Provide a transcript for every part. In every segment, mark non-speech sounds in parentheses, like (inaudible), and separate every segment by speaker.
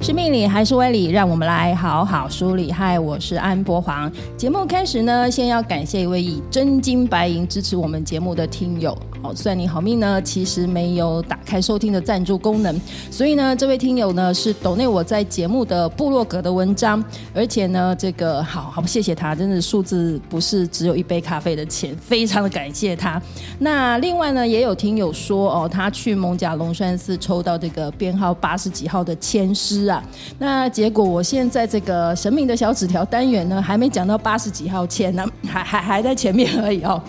Speaker 1: 是命理还是威理？让我们来好好梳理。嗨，我是安博黄。节目开始呢，先要感谢一位以真金白银支持我们节目的听友。哦，算你好命呢，其实没有打开收听的赞助功能，所以呢，这位听友呢是抖内我在节目的部落格的文章，而且呢，这个好好谢谢他，真的数字不是只有一杯咖啡的钱，非常的感谢他。那另外呢，也有听友说哦，他去蒙贾龙山寺抽到这个编号八十几号的签诗啊，那结果我现在这个神明的小纸条单元呢，还没讲到八十几号签呢、还还还在前面而已哦。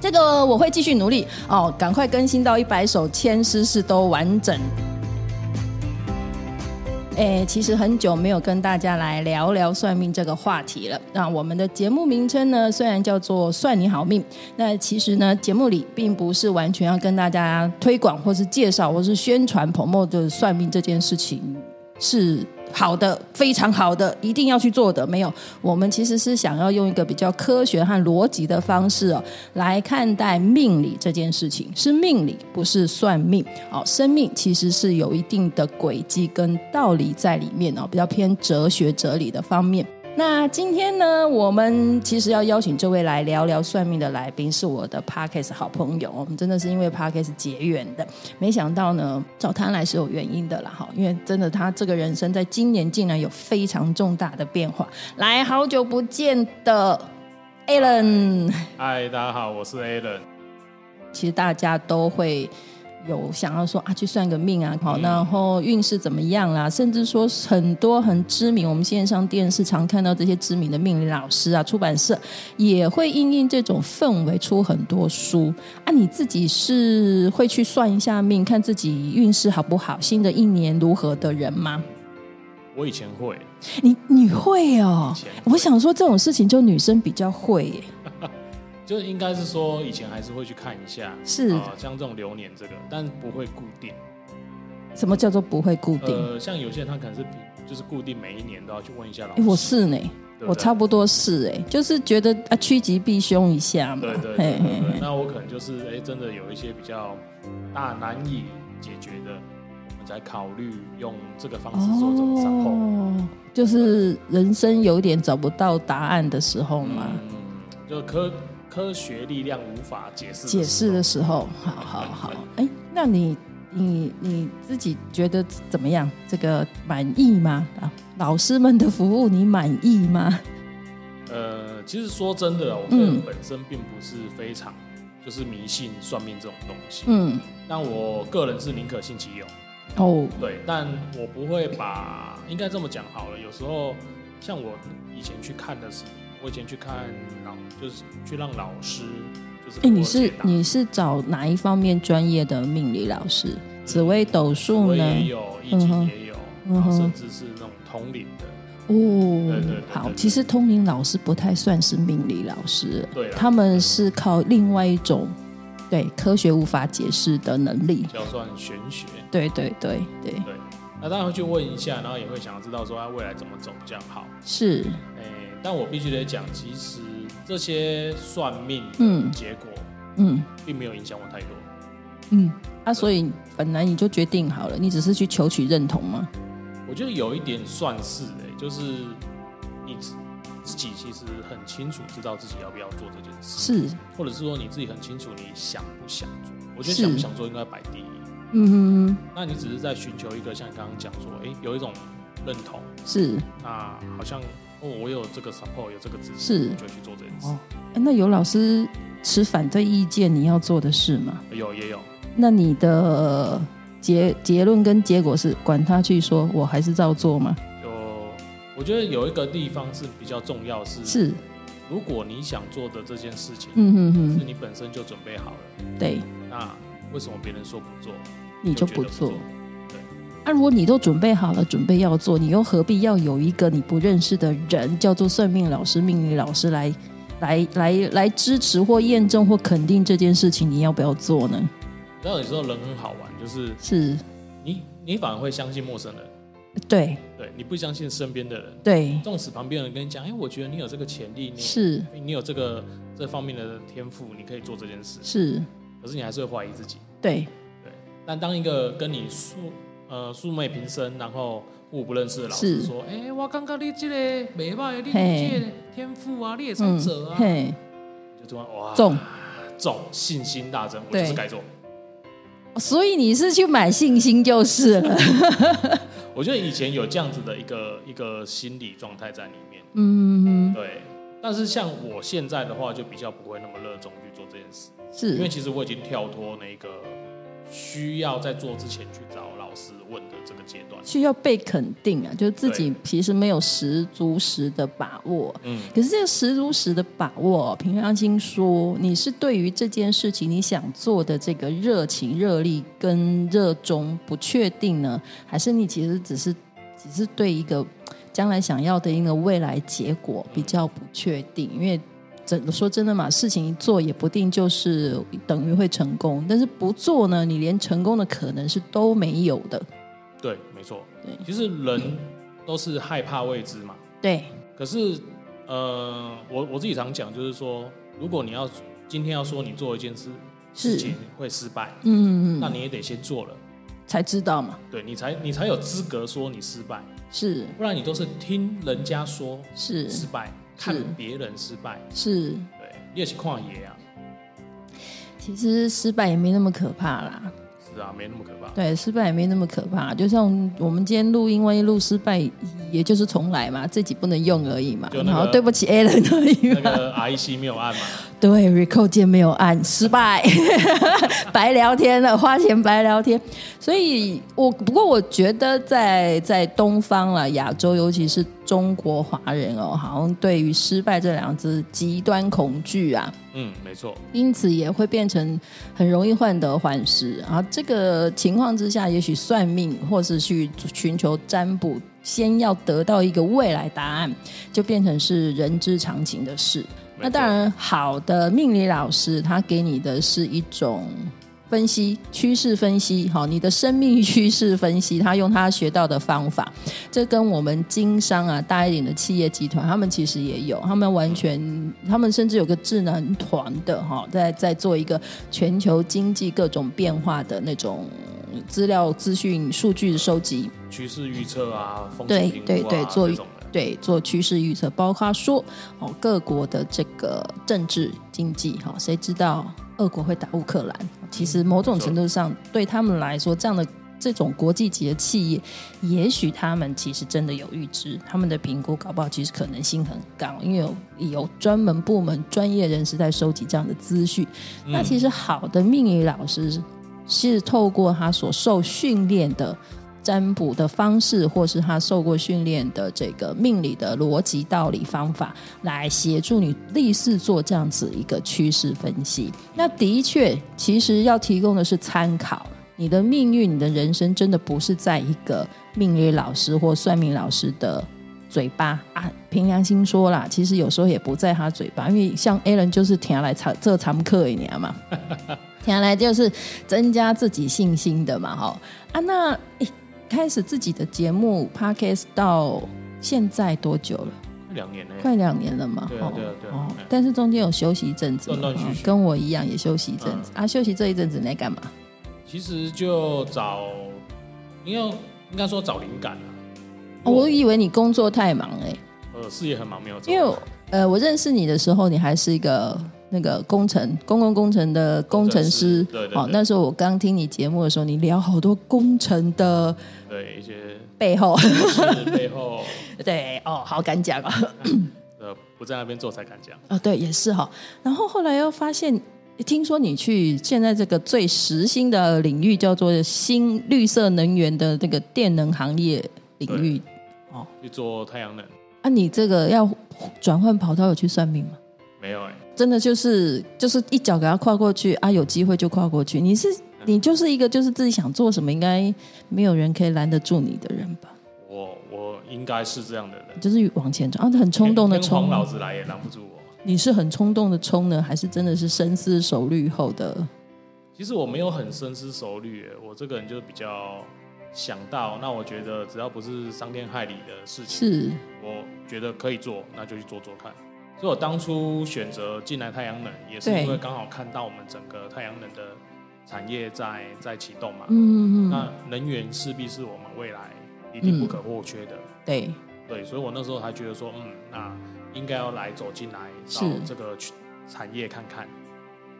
Speaker 1: 这个我会继续努力哦，赶快更新到一百首千诗是都完整。哎，其实很久没有跟大家来聊聊算命这个话题了。那我们的节目名称呢，虽然叫做“算你好命”，那其实呢，节目里并不是完全要跟大家推广或是介绍或是宣传 promo 的算命这件事情是好的，非常好的，一定要去做的。没有，我们其实是想要用一个比较科学和逻辑的方式哦，来看待命理这件事情，是命理，不是算命哦。生命其实是有一定的轨迹跟道理在里面哦，比较偏哲学哲理的方面。那今天呢，我们其实要邀请这位来聊聊算命的来宾，是我的 Parkes 好朋友，我们真的是因为 Parkes 结缘的。没想到呢，找他来是有原因的啦，哈，因为真的他这个人生在今年竟然有非常重大的变化。来，好久不见的 Alan，
Speaker 2: 嗨，大家好，我是 Alan。
Speaker 1: 其实大家都会有想要说啊，去算个命啊，好，然后运势怎么样啦、甚至说很多很知名，我们线上电视常看到这些知名的命理老师啊，出版社也会因应这种氛围出很多书啊。你自己是会去算一下命，看自己运势好不好，新的一年如何的人吗？
Speaker 2: 我以前会，
Speaker 1: 你你会哦
Speaker 2: 以前？会
Speaker 1: 我想说这种事情就女生比较会耶。
Speaker 2: 就是应该是说以前还是会去看一下，
Speaker 1: 是
Speaker 2: 啊、像这种流年这个，但不会固定。
Speaker 1: 什么叫做不会固定？
Speaker 2: 呃，像有些人他可能是就是固定每一年都要去问一下老
Speaker 1: 诶
Speaker 2: 师。
Speaker 1: 我是呢。
Speaker 2: 对不对
Speaker 1: 我差不多是哎、就是觉得啊趋吉避凶一下嘛，
Speaker 2: 对对对
Speaker 1: 嘿
Speaker 2: 对
Speaker 1: 嘿
Speaker 2: 对
Speaker 1: 嘿
Speaker 2: 那我可能就是哎、真的有一些比较大难以解决的，我们才考虑用这个方式做这个善后。
Speaker 1: 哦，就是人生有点找不到答案的时候嘛，
Speaker 2: 嗯，就科科学力量无法解释
Speaker 1: 解释的
Speaker 2: 的时
Speaker 1: 时候，好好好，哎、那你你你自己觉得怎么样？这个满意吗？啊，老师们的服务你满意吗？
Speaker 2: 候。呃，其实说真的，我个人
Speaker 1: 嗯
Speaker 2: 本身并不是非常就是迷信算命这种东西。
Speaker 1: 嗯，
Speaker 2: 那我个人是宁可信其有，
Speaker 1: 哦，
Speaker 2: 对，但我不会把，应该这么讲好了。有时候像我以前去看的时候，我以前去看老，就是去让老师，就是
Speaker 1: 哎、
Speaker 2: 给我啊
Speaker 1: 你是
Speaker 2: 解答
Speaker 1: 你是找哪一方面专业的命理老师？紫微斗数
Speaker 2: 我
Speaker 1: 呢？
Speaker 2: 也有，易
Speaker 1: 嗯
Speaker 2: 经
Speaker 1: 哼
Speaker 2: 也有，
Speaker 1: 嗯
Speaker 2: 然后
Speaker 1: 哼
Speaker 2: 甚至是那种通灵的，
Speaker 1: 哦，
Speaker 2: 对对对
Speaker 1: 好
Speaker 2: 对，
Speaker 1: 其实通灵老师不太算是命理老师，
Speaker 2: 对啊啦
Speaker 1: 他们是靠另外一种对科学无法解释的能力
Speaker 2: 比。较算玄学。
Speaker 1: 对对对对，
Speaker 2: 对，那当然会去问一下，然后也会想要知道说他啊未来怎么走比较好。
Speaker 1: 是，
Speaker 2: 哎、但我必须得讲，其实这些算命
Speaker 1: 嗯
Speaker 2: 结果
Speaker 1: 嗯
Speaker 2: 并没有影响我太多。
Speaker 1: 嗯，啊，所以本来你就决定好了，你只是去求取认同吗？
Speaker 2: 我觉得有一点算是哎、就是你自自己其实很清楚知道自己要不要做这件事，
Speaker 1: 是，
Speaker 2: 或者是说你自己很清楚你想不想做。我觉得
Speaker 1: 是
Speaker 2: 想不想做应该摆第一，
Speaker 1: 嗯
Speaker 2: 那你只是在寻求一个像你刚刚讲说，哎、有一种认同，
Speaker 1: 哼，是
Speaker 2: 那好像哦，我有这个 support，有这个支持，
Speaker 1: 是
Speaker 2: 我就去做这件事。
Speaker 1: 哦、哎那有老师持反对意见，你要做的事吗？
Speaker 2: 有也有，
Speaker 1: 那你的结结论跟结果是管他去说，我还是照做吗？
Speaker 2: 就我觉得有一个地方是比较重要是，
Speaker 1: 是，
Speaker 2: 如果你想做的这件事情，
Speaker 1: 嗯哼哼
Speaker 2: 是，你本身就准备好了，
Speaker 1: 对。
Speaker 2: 那为什么别人说不做？
Speaker 1: 你就
Speaker 2: 觉得
Speaker 1: 不做。
Speaker 2: 对
Speaker 1: 那、如果你都准备好了，准备要做，你又何必要有一个你不认识的人，叫做算命老师、命理老师来来来来支持或验证或肯定这件事情？你要不要做呢？
Speaker 2: 你知道有时候人很好玩，就是
Speaker 1: 是，
Speaker 2: 你你反而会相信陌生人，
Speaker 1: 对
Speaker 2: 对，你不相信身边的人。
Speaker 1: 对，
Speaker 2: 纵使旁边的人跟你讲，哎、我觉得你有这个潜力，你
Speaker 1: 是
Speaker 2: 你有这个这方面的天赋，你可以做这件事，
Speaker 1: 是，
Speaker 2: 可是你还是会怀疑自己。
Speaker 1: 对，
Speaker 2: 但当一个跟你说呃素昧平生，然后我不认识的老师
Speaker 1: 是
Speaker 2: 说，哎、我感觉你这个没歹，你
Speaker 1: 嘿
Speaker 2: 这个天赋啊，你也
Speaker 1: 嗯
Speaker 2: 是者啊，
Speaker 1: 嘿，
Speaker 2: 就突然哇
Speaker 1: 中。
Speaker 2: 中信心大增，我
Speaker 1: 对
Speaker 2: 就是该做。
Speaker 1: 所以你是去买信心就是
Speaker 2: (laughs)
Speaker 1: 了。
Speaker 2: 我觉得以前有这样子的一个一个心理状态在里面，
Speaker 1: 嗯，
Speaker 2: 对。但是像我现在的话，就比较不会那么热衷去做这件事，因为
Speaker 1: 是
Speaker 2: 其实我已经跳脱那个需要在做之前去找老师问的这个阶段。
Speaker 1: 需要被肯定啊，就是自己其实没有十足十的把握。
Speaker 2: 嗯，
Speaker 1: 可是这个十足十的把握，平常心说，你是对于这件事情你想做的这个热情、热力跟热衷不确定呢，还是你其实只是只是对一个将来想要的一个未来结果比较不确定？因为真说真的嘛，事情一做也不定就是等于会成功，但是不做呢，你连成功的可能是都没有的。
Speaker 2: 对，没错。
Speaker 1: 对
Speaker 2: 其实人都是害怕未知嘛。
Speaker 1: 对，
Speaker 2: 可是，呃，我我自己常讲就是说，如果你要今天要说你做一件事
Speaker 1: 是
Speaker 2: 事情会失败，
Speaker 1: 嗯，
Speaker 2: 那你也得先做了，
Speaker 1: 才知道嘛，
Speaker 2: 对你才你才有资格说你失败，
Speaker 1: 是
Speaker 2: 不然你都是听人家说
Speaker 1: 是
Speaker 2: 失败，
Speaker 1: 是
Speaker 2: 看别人失败，
Speaker 1: 是，
Speaker 2: 对，你也是旷野啊，
Speaker 1: 其实失败也没那么可怕啦。
Speaker 2: 是啊，没那么可
Speaker 1: (laughs)
Speaker 2: 怕。
Speaker 1: 对，失败也没那么可怕。就像我们今天录音，万一录失败，也就是重来嘛，自己不能用而已嘛。
Speaker 2: 就那个
Speaker 1: 然后对不起 a l a n 而已
Speaker 2: 那
Speaker 1: 嘛。
Speaker 2: 个 REC 没有按嘛，
Speaker 1: (laughs) 对，record 键没有按，失败， (laughs) 白聊天了，花钱白聊天。所以我不过我觉得在在东方啦，亚洲尤其是中国华人哦，好像对于失败这两字极端恐惧啊。
Speaker 2: 嗯，没错，
Speaker 1: 因此也会变成很容易患得患失啊。这个情况之下，也许算命或是去寻求占卜，先要得到一个未来答案，就变成是人之常情的事。那
Speaker 2: 没错
Speaker 1: 当然，好的命理老师他给你的是一种分析趋势分析，好，你的生命趋势分析，他用他学到的方法，这跟我们经商啊大一点的企业集团，他们其实也有，他们完全，他们甚至有个智能团的哈，在在做一个全球经济各种变化的那种资料资讯数据收集，
Speaker 2: 趋势预测啊，风
Speaker 1: 对
Speaker 2: 险评估啊
Speaker 1: 对对做
Speaker 2: 这种的，
Speaker 1: 对，做趋势预测，包括说哦各国的这个政治经济哈、哦，谁知道俄国会打乌克兰？哦其实某种程度上对他们来说，这样的这种国际级的企业，也许他们其实真的有预知，他们的评估搞不好其实可能性很高，因为有有专门部门专业人士在收集这样的资讯。那其实好的命理老师是透过他所受训练的占卜的方式，或是他受过训练的这个命理的逻辑、道理、方法，来协助你类似做这样子一个趋势分析。那的确，其实要提供的是参考。你的命运、你的人生，真的不是在一个命理老师或算命老师的嘴巴啊。凭良心说啦，其实有时候也不在他嘴巴，因为像 a l a n 就是听来查这常客一年嘛， (laughs) 听来就是增加自己信心的嘛，哈啊那。诶开始自己的节目 podcast 到现在多久了？
Speaker 2: 两年呢，
Speaker 1: 快两年了嘛。
Speaker 2: 嗯对啊
Speaker 1: 哦
Speaker 2: 对啊对啊
Speaker 1: 哦
Speaker 2: 哎，
Speaker 1: 但是中间有休息一阵子嘛，
Speaker 2: 断断续续
Speaker 1: 哦
Speaker 2: 嗯
Speaker 1: 跟我一样也休息一阵子、啊。休息这一阵子你在干嘛？
Speaker 2: 其实就找，应该应该说找灵感啊。
Speaker 1: 哦我以为你工作太忙哎、
Speaker 2: 呃事业很忙，没有找到。
Speaker 1: 因为我呃，我认识你的时候，你还是一个那个工程公共工程的工程师
Speaker 2: 工程师。对对对
Speaker 1: 哦，那时候我刚听你节目的时候，你聊好多工程的
Speaker 2: 对一些
Speaker 1: 背后，
Speaker 2: 故事背后，
Speaker 1: (laughs) 对哦，好敢讲啊。
Speaker 2: 呃，不在那边做才敢讲。 (laughs)
Speaker 1: 哦，对，也是哈、然后后来又发现，听说你去现在这个最时兴的领域叫做新绿色能源的这个电能行业领域
Speaker 2: 去做太阳能，
Speaker 1: 啊，你这个要转换跑道有去算命吗？
Speaker 2: 没有哎、
Speaker 1: 真的就是就是一脚给他跨过去啊，有机会就跨过去。你是你就是一个就是自己想做什么，应该没有人可以拦得住你的人吧？
Speaker 2: 我我应该是这样的人，
Speaker 1: 就是往前冲啊，很冲动的
Speaker 2: 天皇
Speaker 1: 冲。
Speaker 2: 老子来也拦不住我。
Speaker 1: 你是很冲动的冲呢，还是真的是深思熟虑后的？
Speaker 2: 其实我没有很深思熟虑、欸，我这个人就比较想到，那我觉得只要不是伤天害理的事情，
Speaker 1: 是
Speaker 2: 我觉得可以做，那就去做做看。所以我当初选择进来太阳能，也是
Speaker 1: 对
Speaker 2: 因为刚好看到我们整个太阳能的产业在在启动嘛，
Speaker 1: 嗯嗯，
Speaker 2: 那能源势必是我们未来一定不可或缺的。
Speaker 1: 对，
Speaker 2: 对，所以我那时候还觉得说，嗯，那应该要来走进来到
Speaker 1: 是
Speaker 2: 这个去产业看看，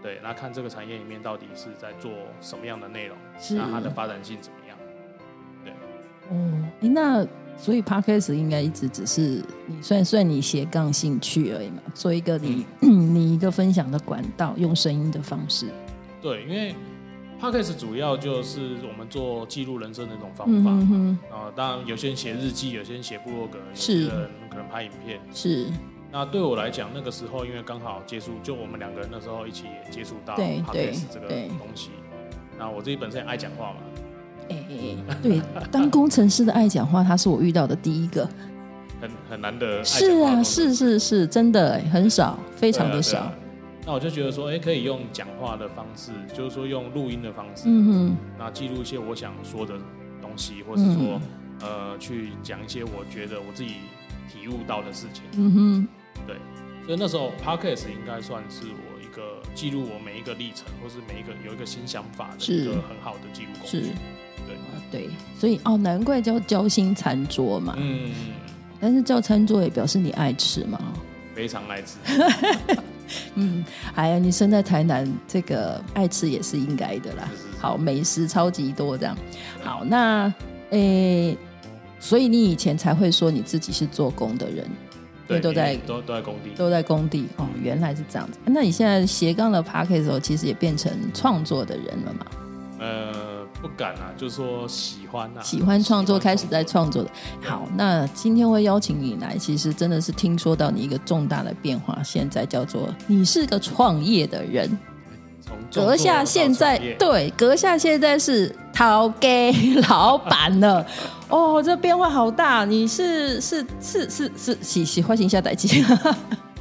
Speaker 2: 对，那看这个产业里面到底是在做什么样的内容，
Speaker 1: 是
Speaker 2: 那它的发展性怎么样？
Speaker 1: 哦，诶那所以 podcast 应该一直只是你算算你斜杠兴趣而已嘛，做一个你、(clears throat)
Speaker 2: 嗯
Speaker 1: 你一个分享的管道，用声音的方式。
Speaker 2: 对，因为 podcast 主要就是我们做记录人生的一种方
Speaker 1: 嗯
Speaker 2: 法。
Speaker 1: 哼哼，
Speaker 2: 啊、当然有些人写日记，有些人写部落格，有
Speaker 1: 是
Speaker 2: 些人可能拍影片。
Speaker 1: 是
Speaker 2: 那对我来讲，那个时候因为刚好接触，就我们两个人那时候一起也接触到
Speaker 1: 对
Speaker 2: podcast
Speaker 1: 对
Speaker 2: 这个
Speaker 1: 对
Speaker 2: 东西。那我自己本身也爱讲话嘛，
Speaker 1: 哎、
Speaker 2: 嗯
Speaker 1: 对，当工程师的爱讲话，他是我遇到的第一个。
Speaker 2: 很很难得爱讲话的
Speaker 1: 是
Speaker 2: 东
Speaker 1: 啊，
Speaker 2: 西啊
Speaker 1: 是是是，真的、哎很少，非
Speaker 2: 非
Speaker 1: 常的少。
Speaker 2: 那我就觉得说，哎、可以用讲话的方式，就是说用录音的方式，
Speaker 1: 嗯
Speaker 2: 那记录一些我想说的东西，或是说，呃，去讲一些我觉得我自己体悟到的事情。
Speaker 1: 哼，嗯哼，
Speaker 2: 所以那时候 podcast 应该算是我一个记录我每一个历程，或是每一个有一个新想法的
Speaker 1: 是
Speaker 2: 一个很好的记录工
Speaker 1: 是
Speaker 2: 具。
Speaker 1: 啊对，所以哦，难怪叫交心餐桌嘛。
Speaker 2: 嗯，
Speaker 1: 但是叫餐桌也表示你爱吃嘛。
Speaker 2: 非常
Speaker 1: (laughs)
Speaker 2: 来自。
Speaker 1: 嗯，哎呀，你生在台南，这个爱吃也是应该的啦。
Speaker 2: 是是是
Speaker 1: 好，美食超级多这样。好，那诶，所以你以前才会说你自己是做工的人，因为
Speaker 2: 对，
Speaker 1: 都在
Speaker 2: 因为都都在工地。
Speaker 1: 都在工地哦，原来是这样子。那你现在斜杠了 p a r k 的时候，哦其实也变成创作的人了嘛？
Speaker 2: 呃，不敢啊，就是说喜欢啊，
Speaker 1: 喜欢创作，开始在
Speaker 2: 创
Speaker 1: 创作的。好，那今天会邀请你来，其实真的是听说到你一个重大的变化，现在叫做你是个创业的人。
Speaker 2: 从创
Speaker 1: 阁
Speaker 2: 作
Speaker 1: 下
Speaker 2: 到
Speaker 1: 现在
Speaker 2: 创业
Speaker 1: 对，阁下现在是陶给老板了， (laughs) 哦，这变化好大！你是是是是是喜喜欢形下代
Speaker 2: (laughs)
Speaker 1: 机，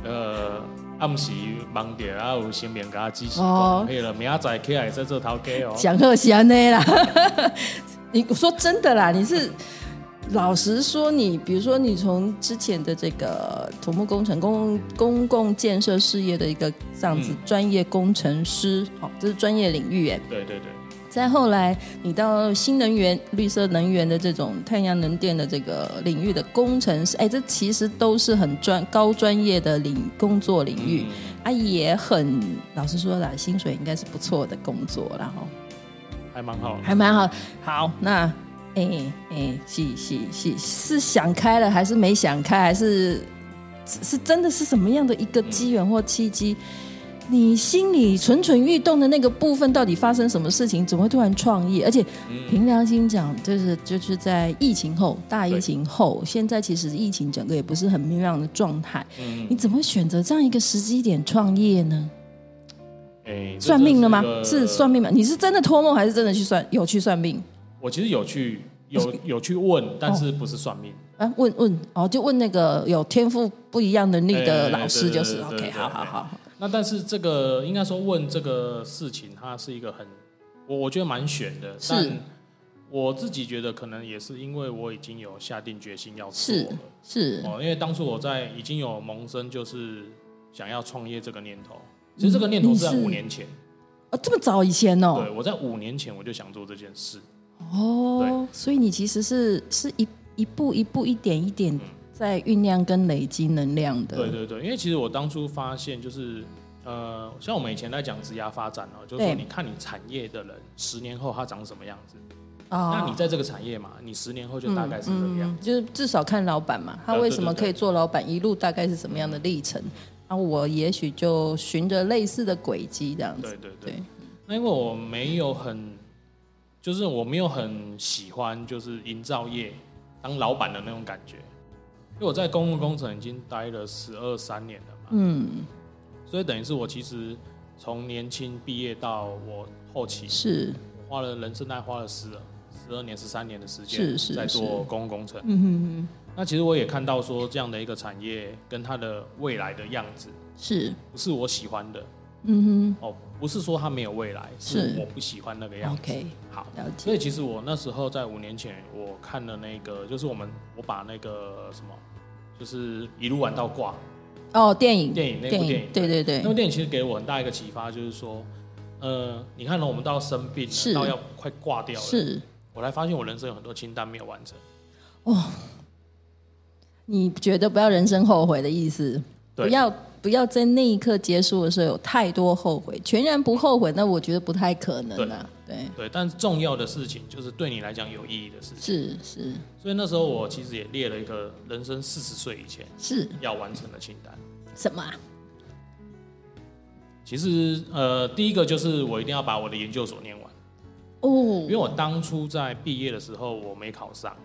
Speaker 2: 呃，暗时忙点啊，有新面给他支持
Speaker 1: 哦
Speaker 2: 讲，迄了明仔载起来在做头家哦。
Speaker 1: 想贺喜安内啦。 (laughs) 你我说真的啦，你是老实说你，比如说你从之前的这个土木工程、公公共建设事业的一个这样子
Speaker 2: 嗯
Speaker 1: 专业工程师，哦，这是专业领域哎，
Speaker 2: 对对对，
Speaker 1: 再后来，你到新能源、绿色能源的这种太阳能电的这个领域的工程师，哎，这其实都是很专高专业的领工作领域，
Speaker 2: 嗯
Speaker 1: 啊，也很老实说啦，薪水应该是不错的工作啦，然后
Speaker 2: 还蛮好的。
Speaker 1: 还蛮好。好，那哎哎，是是是是想开了，还是没想开，还是是是真的是什么样的一个机缘或契机？你心里蠢蠢欲动的那个部分，到底发生什么事情？怎么会突然创业？而且
Speaker 2: 嗯
Speaker 1: 凭良心讲，就是就是在疫情后、大疫情后，现在其实疫情整个也不是很明朗的状态。
Speaker 2: 嗯
Speaker 1: 你怎么会选择这样一个时机点创业呢？
Speaker 2: 哎，这
Speaker 1: 算命了吗
Speaker 2: 就？一
Speaker 1: 是
Speaker 2: 个
Speaker 1: 算命吗？你是真的托梦，还是真的去算？有去算命？
Speaker 2: 我其实有去有有去
Speaker 1: 哦
Speaker 2: 问，但是不是算命。
Speaker 1: 啊，问问哦，就问那个有天赋不一样能力
Speaker 2: 对
Speaker 1: 的
Speaker 2: 对对
Speaker 1: 老师，
Speaker 2: 对
Speaker 1: 就
Speaker 2: 对
Speaker 1: 是
Speaker 2: 对对
Speaker 1: OK，
Speaker 2: 对
Speaker 1: 好好
Speaker 2: 对
Speaker 1: 好，
Speaker 2: 那但是这个应该说问这个事情，它是一个很我我觉得蛮悬的。
Speaker 1: 是
Speaker 2: 但我自己觉得可能也是因为我已经有下定决心要做
Speaker 1: 是
Speaker 2: 了
Speaker 1: 是
Speaker 2: 哦，因为当初我在已经有萌生就是想要创业这个念头。其实这个念头是
Speaker 1: 嗯
Speaker 2: 在
Speaker 1: 是
Speaker 2: 五年前，
Speaker 1: 哦，这么早以前哦
Speaker 2: 对，我在五年前我就想做这件事。
Speaker 1: 哦，所以你其实是是一一步一步一点一点在酝酿跟累积能量的，
Speaker 2: 嗯对对对，因为其实我当初发现就是，呃，像我们以前在讲职涯发展哦，就是
Speaker 1: 对
Speaker 2: 说你看你产业的人十年后他长什么样子，
Speaker 1: 哦
Speaker 2: 那你在这个产业嘛，你十年后就大概是这个样
Speaker 1: 嗯，就是至少看老板嘛，他
Speaker 2: 呃
Speaker 1: 为
Speaker 2: 对
Speaker 1: 什
Speaker 2: 对
Speaker 1: 么
Speaker 2: 对
Speaker 1: 可以做老板，一路大概是什么样的历程？啊，我也许就循着类似的轨迹这样
Speaker 2: 对
Speaker 1: 子，
Speaker 2: 对对。
Speaker 1: 对，
Speaker 2: 那因为我没有很，就是我没有很喜欢就是营造业当老板的那种感觉，因为我在公共工程已经待了十二三年了嘛，
Speaker 1: 嗯，
Speaker 2: 所以等于是我其实从年轻毕业到我后期
Speaker 1: 是，
Speaker 2: 花了人生大概花了十十二年、十三年的
Speaker 1: 是
Speaker 2: 时间
Speaker 1: 是
Speaker 2: 在
Speaker 1: 是
Speaker 2: 做公共工程。
Speaker 1: 嗯哼
Speaker 2: 那其实我也看到说，这样的一个产业跟它的未来的样子，
Speaker 1: 哼，是，
Speaker 2: 不是我喜欢的
Speaker 1: 嗯
Speaker 2: 哦，不是说它没有未来，
Speaker 1: 是
Speaker 2: 是我不喜欢那个
Speaker 1: 哼
Speaker 2: 样子。
Speaker 1: ，OK，
Speaker 2: 好，
Speaker 1: 了解。
Speaker 2: 所以其实我那时候在五年前，我看了那个，就是我们我把那个什么，就是一路玩到挂
Speaker 1: 哦，电影，
Speaker 2: 电影那部电影，
Speaker 1: 对对
Speaker 2: 那
Speaker 1: 对，
Speaker 2: 部电影其实给我很大一个启发，就是说，呃，你看了我们到生病
Speaker 1: 是
Speaker 2: 了，到要快挂掉了，
Speaker 1: 是
Speaker 2: 我才发现我人生有很多清单没有完成。
Speaker 1: 你觉得不要人生后悔的意思，
Speaker 2: 对
Speaker 1: 不要不要在那一刻结束的时候有太多后悔，全然不后悔，那我觉得不太可能啊。对，
Speaker 2: 对，但是重要的事情就是对你来讲有意义的事情。
Speaker 1: 是是
Speaker 2: 所以那时候我其实也列了一个人生四十岁以前
Speaker 1: 是，
Speaker 2: 要完成的清单。
Speaker 1: 什么、啊？
Speaker 2: 其实呃，第一个就是我一定要把我的研究所念完，
Speaker 1: 哦
Speaker 2: 因为，我当初在毕业的时候我没考上，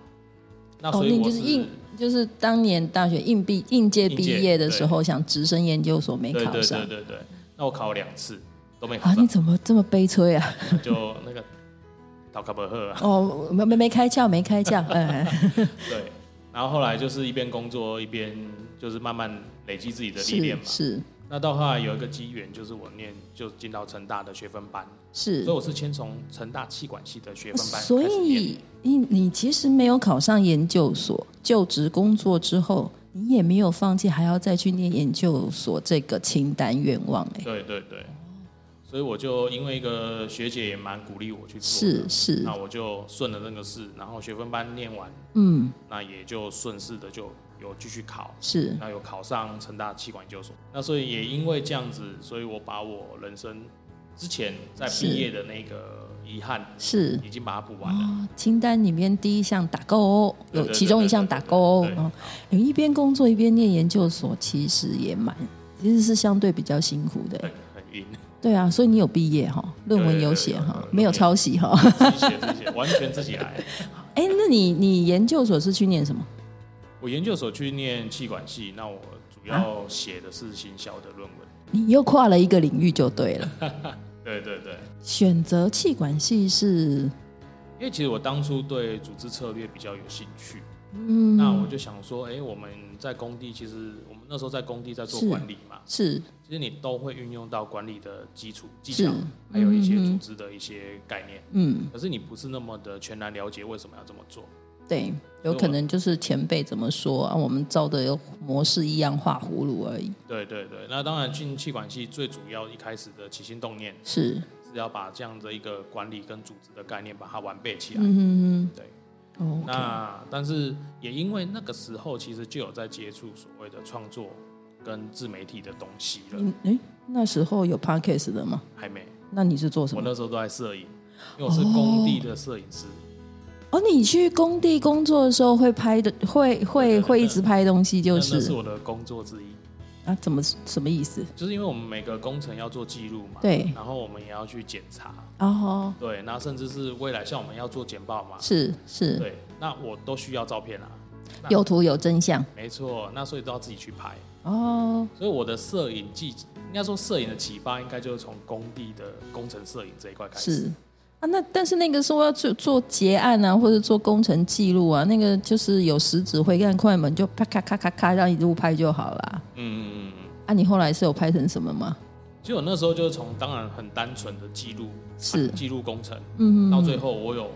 Speaker 2: 那
Speaker 1: 哦，
Speaker 2: 所以
Speaker 1: 你
Speaker 2: 我
Speaker 1: 就是应，就是当年大学应毕应届毕业的时候，想直升研究所没
Speaker 2: 对
Speaker 1: 考
Speaker 2: 对
Speaker 1: 上
Speaker 2: 对对对，那我考了两次都没考
Speaker 1: 啊？你
Speaker 2: 上，
Speaker 1: 怎么这么悲催啊？
Speaker 2: 就那个考考不赫啊，
Speaker 1: 哦，没没没开窍，没开窍，
Speaker 2: (laughs)
Speaker 1: 哎，
Speaker 2: 对。然后后来就是一边工作一边就是慢慢累积自己的历练
Speaker 1: 是
Speaker 2: 嘛。
Speaker 1: 是
Speaker 2: 那到后来有一个机缘，就是我念就进到成大的学分班，所以
Speaker 1: 是，哦
Speaker 2: 我是先从成大气管系的学分班
Speaker 1: 所
Speaker 2: 开始念。
Speaker 1: 以你你其实没有考上研究所，就职工作之后，你也没有放弃，还要再去念研究所这个清单愿望、哎，
Speaker 2: 对对对，所以我就因为一个学姐也蛮鼓励我去做
Speaker 1: 是
Speaker 2: 的，
Speaker 1: 是
Speaker 2: 那，我就顺了那个事，然后学分班念完，
Speaker 1: 嗯
Speaker 2: 那也就顺势的就有继续考，
Speaker 1: 是，
Speaker 2: 那有考上成大气管研究所，那所以也因为这样子，所以我把我人生之前在
Speaker 1: 是
Speaker 2: 毕业的那个遗憾
Speaker 1: 是
Speaker 2: 已经把它补完了。
Speaker 1: 哦，清单里面第一项打勾哦，
Speaker 2: 对
Speaker 1: 有
Speaker 2: 对
Speaker 1: 其
Speaker 2: 对
Speaker 1: 中
Speaker 2: 对
Speaker 1: 一项
Speaker 2: 对
Speaker 1: 打
Speaker 2: 对
Speaker 1: 勾哦
Speaker 2: 对。
Speaker 1: 哦你一边工作一边念研究所，其实也蛮，其实是相对比较辛苦的。
Speaker 2: 很很晕，
Speaker 1: 对啊，所以你有毕业哈，论文
Speaker 2: 有
Speaker 1: 有
Speaker 2: 有
Speaker 1: 写
Speaker 2: 有有
Speaker 1: 哈
Speaker 2: 有，
Speaker 1: 没有抄袭哈。 (laughs)
Speaker 2: 自己写自己写，完全自己来。
Speaker 1: 哎，那你你研究所是去念什么？
Speaker 2: 我研究所去念气管系，那我主
Speaker 1: 啊
Speaker 2: 要写的是行销的论文。
Speaker 1: 你又跨了一个领域就对了。
Speaker 2: 对对对，
Speaker 1: 选择气管系是，
Speaker 2: 因为其实我当初对组织策略比较有兴趣，
Speaker 1: 嗯，
Speaker 2: 那我就想说，哎、我们在工地，其实我们那时候在工地在做
Speaker 1: 是
Speaker 2: 管理嘛，
Speaker 1: 是
Speaker 2: 其实你都会运用到管理的基础技
Speaker 1: 是
Speaker 2: 巧，，还有一些
Speaker 1: 嗯
Speaker 2: 组
Speaker 1: 嗯
Speaker 2: 织的一些概念。
Speaker 1: 嗯，
Speaker 2: 可是你不是那么的全然了解为什么要这么做，
Speaker 1: 对，有可能就是前辈怎么说啊，我们照的模式一样画葫芦而已。
Speaker 2: 对对对。那当然进气管系最主要一开始的起心动念
Speaker 1: 是，
Speaker 2: 是要把这样的一个管理跟组织的概念把它完备起来。
Speaker 1: 嗯嗯
Speaker 2: 对，
Speaker 1: 嗯，哦，
Speaker 2: 那但是也因为那个时候其实就有在接触所谓的创作跟自媒体的东西了，
Speaker 1: 你哎，那时候有 podcast 的吗？
Speaker 2: 还没。
Speaker 1: 那你是做什
Speaker 2: 我
Speaker 1: 么？
Speaker 2: 那时候都在摄影，因为我是工地的摄影师，
Speaker 1: 哦，你去工地工作的时候会拍的，会会
Speaker 2: 对
Speaker 1: 会一直拍东西，就
Speaker 2: 那
Speaker 1: 是
Speaker 2: 那是我的工作之一。
Speaker 1: 啊，怎么什么意思？
Speaker 2: 就是因为我们每个工程要做记录嘛，
Speaker 1: 对
Speaker 2: 然后我们也要去检查，
Speaker 1: 哦，
Speaker 2: 对，那甚至是未来像我们要做简报嘛，
Speaker 1: 是是，
Speaker 2: 对，那我都需要照片啊，那
Speaker 1: 有图有真相
Speaker 2: 没错，那所以都要自己去拍，
Speaker 1: 哦，
Speaker 2: 所以我的摄影技，应该说摄影的启发，应该就是从工地的工程摄影这一块开始。
Speaker 1: 是啊。那但是那个说要做做结案啊，或者做工程记录啊，那个就是有食指挥按快门，就啪咔咔咔咔，让一路拍就好啦。
Speaker 2: 嗯，
Speaker 1: 啊，你后来是有拍成什么
Speaker 2: (laughs)
Speaker 1: 吗？
Speaker 2: 其实我那时候就是从当然很单纯的记录，
Speaker 1: 是
Speaker 2: 记录工程，
Speaker 1: 嗯
Speaker 2: 到最后我有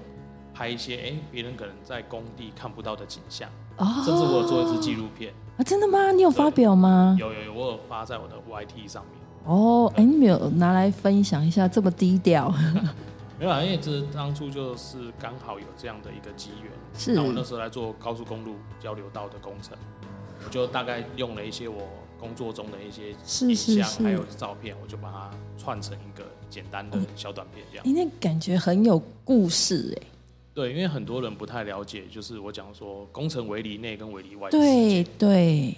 Speaker 2: 拍一些哎别、人可能在工地看不到的景象，
Speaker 1: 哦，
Speaker 2: 甚至我有做一支纪录片，
Speaker 1: 啊，真的吗？你有发表吗？
Speaker 2: 有有有，我有发在我的 YT 上面。
Speaker 1: 哦，哎，你没有拿来分享一下，这么低调， (laughs)
Speaker 2: 没有啦，啊因为这当初就是刚好有这样的一个机缘。
Speaker 1: 是
Speaker 2: 那我那时候来做高速公路交流道的工程，我就大概用了一些我工作中的一些
Speaker 1: 是
Speaker 2: 影
Speaker 1: 是
Speaker 2: 像
Speaker 1: 是哦
Speaker 2: 还有照片，我就把它串成一个简单的小短片这样。
Speaker 1: 你哎那感觉很有故事哎、
Speaker 2: 对，因为很多人不太了解，就是我讲说工程围篱内跟围篱外。。
Speaker 1: 对对，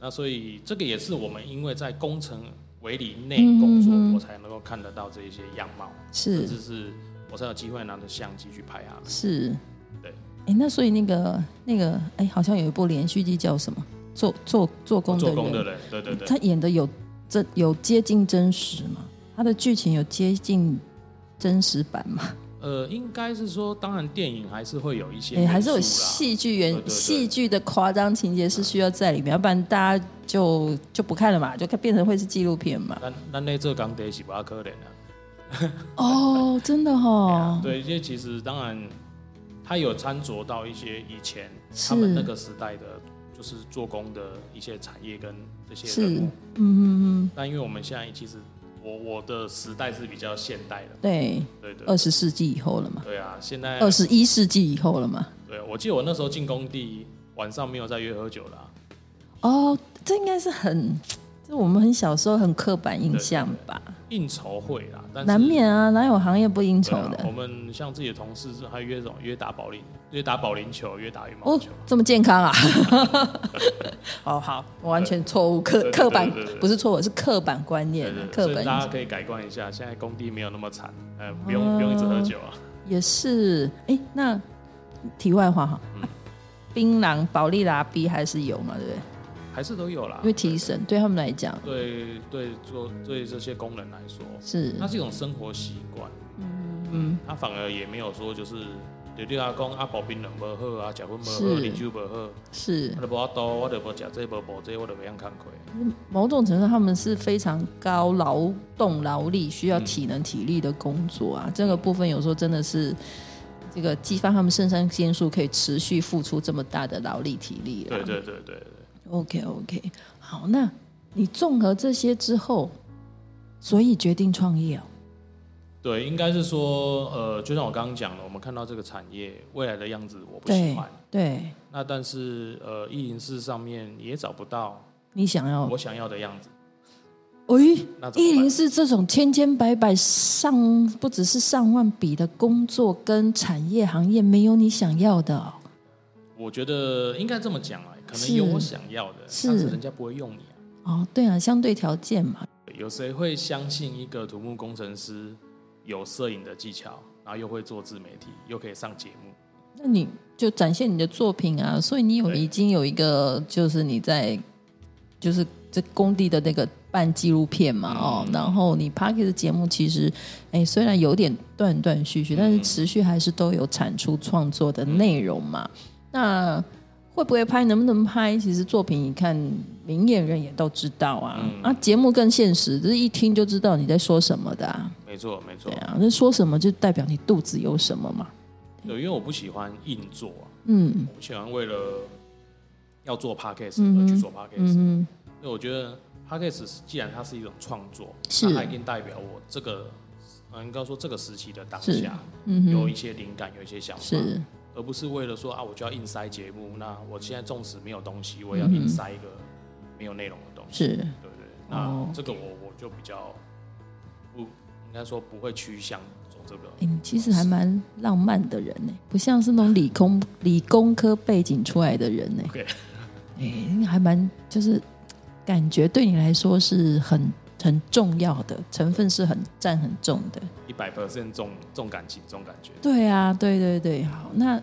Speaker 2: 那所以这个也是我们因为在工程围篱内
Speaker 1: 嗯
Speaker 2: 工作，
Speaker 1: 嗯嗯
Speaker 2: 我才能够看得到这一些样貌，甚
Speaker 1: 是
Speaker 2: 至是我才有机会拿着相机去拍它们。
Speaker 1: 是，
Speaker 2: 对。
Speaker 1: 哎，那所以那个那个，哎，好像有一部连续剧叫什么？做做做工的
Speaker 2: 做
Speaker 1: 人，
Speaker 2: 工的人，对对对。
Speaker 1: 他演的有真有接近真实吗？他的剧情有接近真实版吗？
Speaker 2: 呃，应该是说，当然电影还是会有一些
Speaker 1: 哎，
Speaker 2: 元素啦，
Speaker 1: 还是有戏剧
Speaker 2: 对对
Speaker 1: 原
Speaker 2: 对
Speaker 1: 戏剧的夸张情节是需要在里面，要不然大家就就不看了嘛，就看变成会是纪录片嘛。
Speaker 2: 咱咱那这刚得是不可怜啊。
Speaker 1: 哦，真的哦，
Speaker 2: 对，因为其实当然，他有参酌到一些以前
Speaker 1: 是
Speaker 2: 他们那个时代的，就是做工的一些产业跟这些
Speaker 1: 是
Speaker 2: 人物。，
Speaker 1: 嗯嗯嗯，
Speaker 2: 但因为我们现在其实我我的时代是比较现代的，
Speaker 1: 对，
Speaker 2: 对对
Speaker 1: 二十世纪以后了嘛，
Speaker 2: 对啊，现在
Speaker 1: 二十一世纪以后了嘛。
Speaker 2: 对，啊我记得我那时候进工地晚上没有再约喝酒啦、
Speaker 1: 哦，这应该是很，这我们很小时候很刻板印象吧，
Speaker 2: 应酬会啦，但是
Speaker 1: 难免啊，哪有行业不应酬
Speaker 2: 对啊
Speaker 1: 的？
Speaker 2: 我们像自己的同事还约什么约打保龄，约打保龄球，约打羽毛
Speaker 1: 哦
Speaker 2: 球。，
Speaker 1: 这么健康啊！ (laughs) 哦，好，我完全错误刻
Speaker 2: 对对
Speaker 1: 刻板
Speaker 2: 对对对
Speaker 1: 不是错误，是刻板观念啊
Speaker 2: 对对，对
Speaker 1: 刻
Speaker 2: 所以
Speaker 1: 板印
Speaker 2: 大家
Speaker 1: 象哦
Speaker 2: 可以改观一下，现在工地没有那么惨，呃，不用、不用一直喝酒啊。
Speaker 1: 也是。哎，那题外话哈，啊槟榔、保利达 B 还是有嘛，对不对？
Speaker 2: 嗯还是都有啦，
Speaker 1: 因为提神对他们来讲
Speaker 2: 对对做对这些工人来说，
Speaker 1: 是
Speaker 2: 它是一种生活习惯，嗯，他反而也没有说就是对对阿公阿保槟榔不喝啊，食薰不喝，
Speaker 1: 是
Speaker 2: 啉酒不喝，
Speaker 1: 是
Speaker 2: 我都无多，我都无食这无补这，我都不想看开。
Speaker 1: 某种程度他们是非常高劳动劳力，需
Speaker 2: 嗯
Speaker 1: 要体能体力的工作啊。这个部分有时候真的是这个激发他们肾上腺素，可以持续付出这么大的劳力体力啊了。
Speaker 2: 对对对对对。
Speaker 1: OK OK，好，那你综合这些之后，所以决定创业哦。
Speaker 2: 对，应该是说，呃，就像我刚刚讲的，我们看到这个产业未来的样子，我不喜
Speaker 1: 对
Speaker 2: 欢。
Speaker 1: 对，
Speaker 2: 那但是，呃，意淫室上面也找不到
Speaker 1: 你想要，
Speaker 2: 我想要的样子。
Speaker 1: 诶，
Speaker 2: 那怎
Speaker 1: 一
Speaker 2: 么办
Speaker 1: 零四这种千千百百上不只是上万笔的工作跟产业行业，没有你想要的哦、
Speaker 2: 我觉得应该这么讲啊，可能
Speaker 1: 是
Speaker 2: 有我想要的，
Speaker 1: 是
Speaker 2: 但是人家不会用你啊。
Speaker 1: 哦，对啊，相对条件嘛，
Speaker 2: 有谁会相信一个土木工程师有摄影的技巧，然后又会做自媒体，又可以上节目？
Speaker 1: 那你就展现你的作品啊。所以你有
Speaker 2: 对
Speaker 1: 已经有一个，就是你在就是这工地的那个办纪录片嘛，哦，然后你 p a r k e 的节目其实，哎，虽然有点断断续续，但是持续还是都有产出创作的内容嘛。那会不会拍，能不能拍？其实作品你看，明眼人也都知道啊。啊，节目更现实，就是一听就知道你在说什么的、啊。
Speaker 2: 没错，没错
Speaker 1: 对。啊，那说什么就代表你肚子有什么嘛。
Speaker 2: 对，因为我不喜欢硬做啊，
Speaker 1: 嗯
Speaker 2: 我不喜欢为了要做 podcast 而去做 podcast。
Speaker 1: 嗯，
Speaker 2: 所以我觉得 podcast 既然它是一种创作，
Speaker 1: 是
Speaker 2: 那它一定代表我这个，嗯，应该说这个时期的当
Speaker 1: 是
Speaker 2: 下
Speaker 1: 嗯
Speaker 2: 有一些灵感，有一些想法，
Speaker 1: 是
Speaker 2: 而不是为了说啊，我就要硬塞节目。那我现在纵使没有东西，我
Speaker 1: 嗯
Speaker 2: 也要硬塞一个没有内容的东西，
Speaker 1: 是，
Speaker 2: 对不对？
Speaker 1: 哦
Speaker 2: 那这个我我就比较不应该说不会趋向走这个。
Speaker 1: 哎，你其实还蛮浪漫的人呢，不像是那种理工理工科背景出来的人呢
Speaker 2: OK。
Speaker 1: 哎，你还蛮就是感觉对你来说是很很重要的成分，是很占很重的。
Speaker 2: 一百 percent 重重感情，重感觉。
Speaker 1: 对啊，对对对，好，那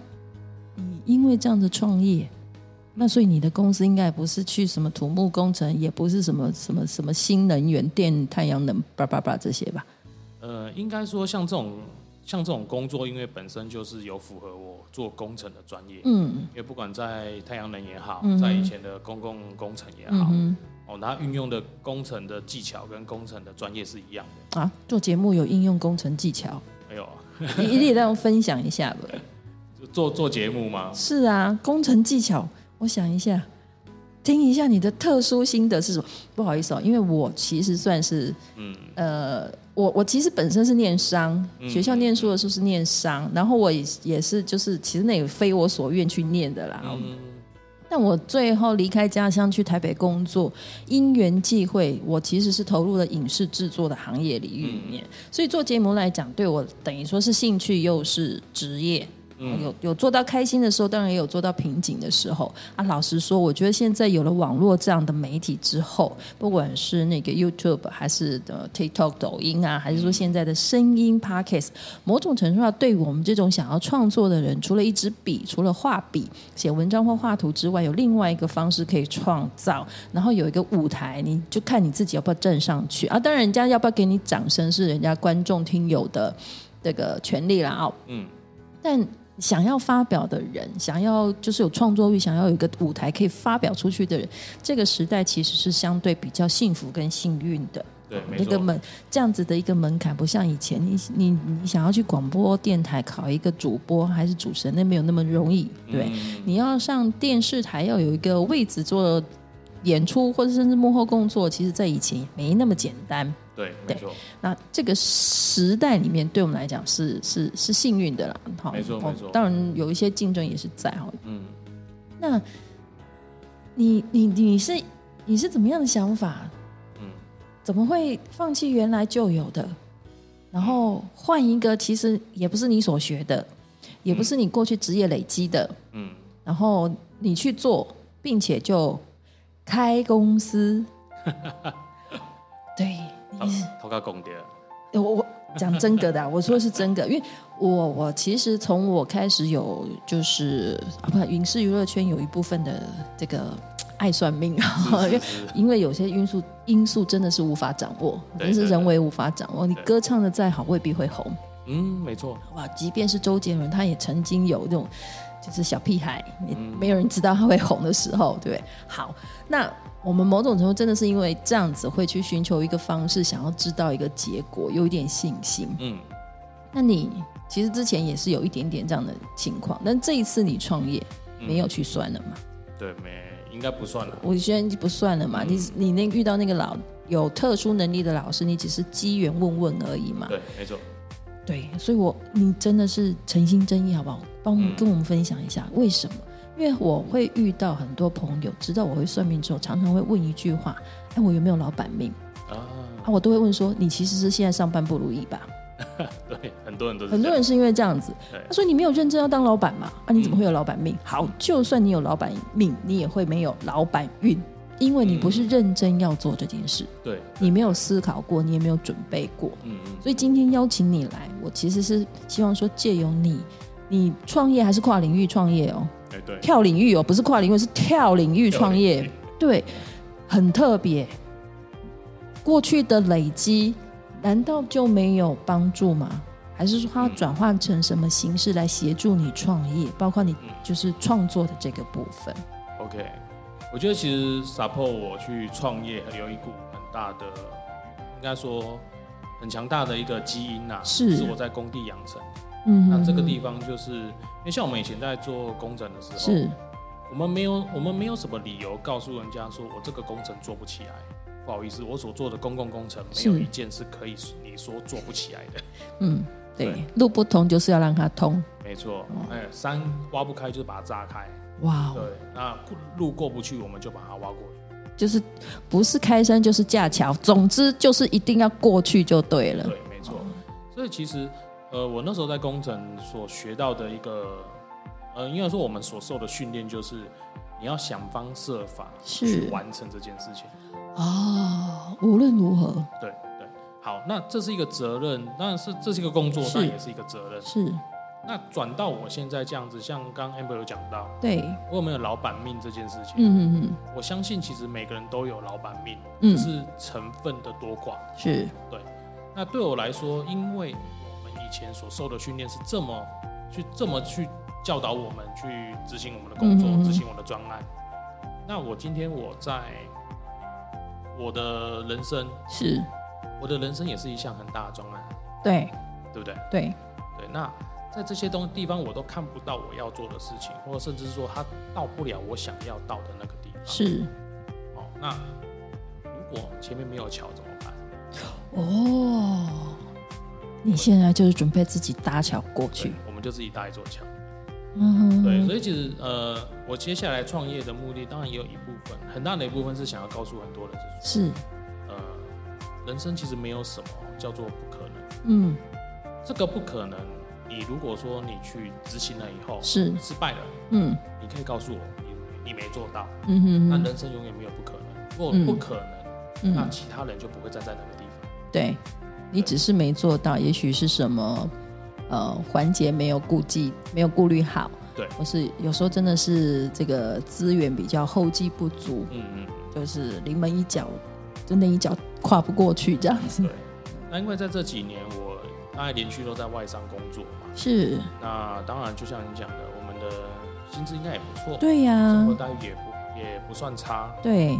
Speaker 1: 你因为这样子创业，那所以你的公司应该也不是去什么土木工程，也不是什么什么什么新能源、电、太阳能、叭叭叭这些吧？
Speaker 2: 呃，应该说像这种像这种工作，因为本身就是有符合我做工程的专业，
Speaker 1: 嗯
Speaker 2: 因为不管在太阳能也好，
Speaker 1: 嗯哼
Speaker 2: 在以前的公共工程也
Speaker 1: 嗯
Speaker 2: 好，
Speaker 1: 哼
Speaker 2: 哦，它运用的工程的技巧跟工程的专业是一样的。
Speaker 1: 啊，做节目有应用工程技巧，
Speaker 2: 没有啊，
Speaker 1: 你一定让我分享一下吧。
Speaker 2: 就做做节目嘛，
Speaker 1: 是啊，工程技巧，我想一下，听一下你的特殊心得是什么？不好意思哦，因为我其实算是，呃，我我其实本身是念商，学校念书的时候是念商，然后我也也是就是其实那也非我所愿去念的啦。但我最后离开家乡去台北工作，因缘际会，我其实是投入了影视制作的行业领域里面，所以做节目来讲，对我等于说是兴趣又是职业。有有做到开心的时候，当然也有做到瓶颈的时候啊。老实说，我觉得现在有了网络这样的媒体之后，不管是那个 YouTube 还是呃 TikTok、抖音啊，还是说现在的声音 Podcast，某种程度上对我们这种想要创作的人，除了一支笔，除了画笔、写文章或画图之外，有另外一个方式可以创造，然后有一个舞台，你就看你自己要不要站上去啊。当然，人家要不要给你掌声是人家观众听友的这个权利啦哦。
Speaker 2: 嗯，
Speaker 1: 但想要发表的人，想要就是有创作欲，想要有一个舞台可以发表出去的人，这个时代其实是相对比较幸福跟幸运的。
Speaker 2: 对，没
Speaker 1: 这个
Speaker 2: 错，
Speaker 1: 门这样子的一个门槛，不像以前，你你你想要去广播电台考一个主播还是主持人，那没有那么容易，对。
Speaker 2: 嗯
Speaker 1: 你要上电视台，要有一个位置做演出，或者甚至幕后工作，其实在以前也没那么简单。
Speaker 2: 对，没错，
Speaker 1: 那这个时代里面，对我们来讲是是是幸运的啦。好，
Speaker 2: 没错
Speaker 1: 好
Speaker 2: 没错
Speaker 1: 当然有一些竞争也是在哈。
Speaker 2: 嗯，
Speaker 1: 那你你你是你是怎么样的想法？
Speaker 2: 嗯
Speaker 1: 怎么会放弃原来就有的，然后换一个其实也不是你所学的，也不是你过去职业累积的，
Speaker 2: 嗯，
Speaker 1: 然后你去做，并且就开公
Speaker 2: (laughs)
Speaker 1: 司。对，你是
Speaker 2: 头壳公爹，
Speaker 1: 我我讲真格的、啊，我说是真格，因为我我其实从我开始有就是啊不，影视娱乐圈有一部分的这个爱算命，啊 (laughs) 因为
Speaker 2: 是是是
Speaker 1: 因为有些因素因素真的是无法掌握，
Speaker 2: 对
Speaker 1: 真是
Speaker 2: 对
Speaker 1: 人
Speaker 2: 对
Speaker 1: 为无法掌握。你
Speaker 2: 对
Speaker 1: 歌唱的再好，未必会红，
Speaker 2: 嗯，没错，
Speaker 1: 好吧？即便是周杰伦，他也曾经有那种就是小屁孩，也没有人知道他会红的时候，对不对？好，那我们某种程度真的是因为这样子会去寻求一个方式，想要知道一个结果，有一点信心。
Speaker 2: 嗯，
Speaker 1: 那你其实之前也是有一点点这样的情况，但这一次你创业没有去算了嘛？
Speaker 2: 对，没应该不算了，
Speaker 1: 我觉得不算了嘛，你你那遇到那个老有特殊能力的老师，你只是机缘问问而已嘛。
Speaker 2: 对，没错， (laughs)
Speaker 1: 对，所以我你真的是诚心真意，好不好？帮我们
Speaker 2: 嗯
Speaker 1: 跟我们分享一下为什么？因为我会遇到很多朋友，知道我会算命之后，常常会问一句话：“哎，我有没有老板命？”
Speaker 2: 啊，
Speaker 1: 啊，我都会问说：“你其实是现在上班不如意吧
Speaker 2: 对，很多人都？”是
Speaker 1: 很多人是因为这样子
Speaker 2: 对，嗯
Speaker 1: 他说：“你没有认真要当老板嘛？啊，你怎么会有老板命？”好，就算你有老板命，你也会没有老板运，因为
Speaker 2: 嗯
Speaker 1: 你不是认真要做这件事。
Speaker 2: 这样对，
Speaker 1: 你没有思考过，你也没有准备过，
Speaker 2: 嗯嗯，
Speaker 1: 所以今天邀请你来，我其实是希望说借由你，你创业还是跨领域创业哦，
Speaker 2: 哎对，
Speaker 1: 跳领域哦，不是跨领域，是跳领域创
Speaker 2: 跳
Speaker 1: 业
Speaker 2: 领域，
Speaker 1: 对，很特别。过去的累积难道就没有帮助吗？还是说它转换成什么形式来协助你创业，包括你
Speaker 2: 嗯
Speaker 1: 就是创作的这个部分？
Speaker 2: OK，我觉得其实 support 我去创业有一股很大的，应该说很强大的一个基因呐、
Speaker 1: 是
Speaker 2: 是我在工地养成。
Speaker 1: 嗯
Speaker 2: 那这个地方就是，因为像我们以前在做工程的时候，
Speaker 1: 是
Speaker 2: 我们没有我们没有什么理由告诉人家说我这个工程做不起来。不好意思，我所做的公共工程没有
Speaker 1: 是
Speaker 2: 一件是可以你说做不起来的。
Speaker 1: 嗯，对
Speaker 2: 对，
Speaker 1: 路不通就是要让它通。
Speaker 2: 没错，哎，山挖不开就是把它炸开。
Speaker 1: 哇
Speaker 2: 对，那路过不去我们就把它挖过去。
Speaker 1: 就是不是开山就是架桥，总之就是一定要过去就对了。
Speaker 2: 对，没错。所以其实，呃，我那时候在工程所学到的一个，呃，应该说我们所受的训练就是，你要想方设法
Speaker 1: 是
Speaker 2: 去完成这件事情。
Speaker 1: 哦，无论如何
Speaker 2: 对对，好，那这是一个责任，当然是这是一个工作，
Speaker 1: 是
Speaker 2: 但也是一个责任。
Speaker 1: 是
Speaker 2: 那转到我现在这样子，像刚 Amber 有讲到，
Speaker 1: 对，
Speaker 2: 我有没有老板命这件事情，
Speaker 1: 嗯嗯
Speaker 2: 我相信其实每个人都有老板命，
Speaker 1: 嗯
Speaker 2: 只是成分的多寡。
Speaker 1: 嗯，是
Speaker 2: 那对我来说，因为我们以前所受的训练是这么去这么去教导我们去执行我们的工作
Speaker 1: 嗯，哼
Speaker 2: 执、行我的专案。那我今天我在我的人生，
Speaker 1: 是，
Speaker 2: 我的人生也是一项很大的专案，
Speaker 1: 对嗯
Speaker 2: 对不对？
Speaker 1: 对，
Speaker 2: 对，那在这些东地方我都看不到我要做的事情，或者甚至是说他到不了我想要到的那个地方。
Speaker 1: 是
Speaker 2: 哦，那如果前面没有桥怎么办？
Speaker 1: 哦。你现在就是准备自己搭桥过去
Speaker 2: 对，，我们就自己搭一座桥。
Speaker 1: 嗯哼，
Speaker 2: 对，所以其实呃，我接下来创业的目的，当然也有一部分，很大的一部分是想要告诉很多人，就是
Speaker 1: 是，
Speaker 2: 说呃，人生其实没有什么叫做不可能，
Speaker 1: 嗯，
Speaker 2: 这个不可能，你如果说你去执行了以后
Speaker 1: 是，
Speaker 2: 失败了，
Speaker 1: 嗯
Speaker 2: 你可以告诉我你你没做到，
Speaker 1: 嗯哼
Speaker 2: 那
Speaker 1: 哼，
Speaker 2: 人生永远没有不可能，如果
Speaker 1: 嗯
Speaker 2: 不可能，那
Speaker 1: 嗯，
Speaker 2: 其他人就不会站在那个地方，
Speaker 1: 对，你只是没做到，也许是什么呃环节没有顾忌，没有顾虑好，
Speaker 2: 对
Speaker 1: 或是有时候真的是这个资源比较后继不足，
Speaker 2: 嗯嗯。
Speaker 1: 就是临门一脚，就那一脚跨不过去这样子
Speaker 2: 对。那因为在这几年，我大概连续都在外商工作嘛，
Speaker 1: 是，
Speaker 2: 那当然就像你讲的，我们的薪资应该也不错，
Speaker 1: 对啊呀、
Speaker 2: 生活待遇也不也不算差，
Speaker 1: 对。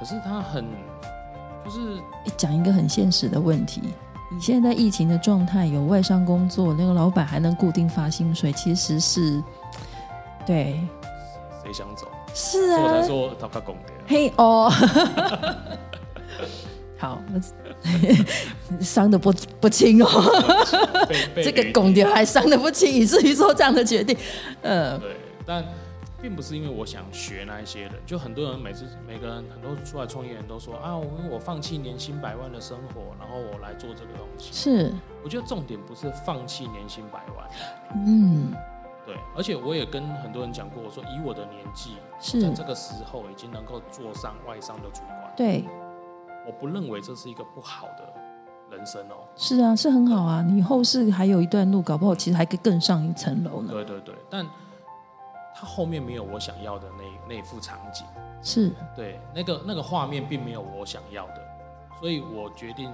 Speaker 2: 可是他很就是
Speaker 1: 诶讲一个很现实的问题，你现在疫情的状态，有外商工作，那个老板还能固定发薪水，其实是，对，
Speaker 2: 谁想走，
Speaker 1: 是
Speaker 2: 所以我
Speaker 1: 啊 (laughs)
Speaker 2: 才，说他他拱的。
Speaker 1: 嘿哦，好，我伤的不不轻哦，
Speaker 2: 被被
Speaker 1: 这个
Speaker 2: 雷
Speaker 1: 拱掉还伤的不轻，以至于做这样的决定。嗯，
Speaker 2: 对，但并不是因为我想学那一些人，就很多人每次每个人很多出来创业人都说啊，我我放弃年薪百万的生活，然后我来做这个东西。
Speaker 1: 是，
Speaker 2: 我觉得重点不是放弃年薪百万，
Speaker 1: 嗯，
Speaker 2: 对，而且我也跟很多人讲过，我说以我的年纪，在
Speaker 1: 是，
Speaker 2: 这个时候已经能够做上外商的主管，
Speaker 1: 对，
Speaker 2: 我不认为这是一个不好的人生哦。
Speaker 1: 是啊，是很好啊。你后世还有一段路，搞不好其实还可以更上一层楼呢。
Speaker 2: 对对对，但他后面没有我想要的那那副场景。
Speaker 1: 是，
Speaker 2: 对，那个那个画面并没有我想要的，所以我决定，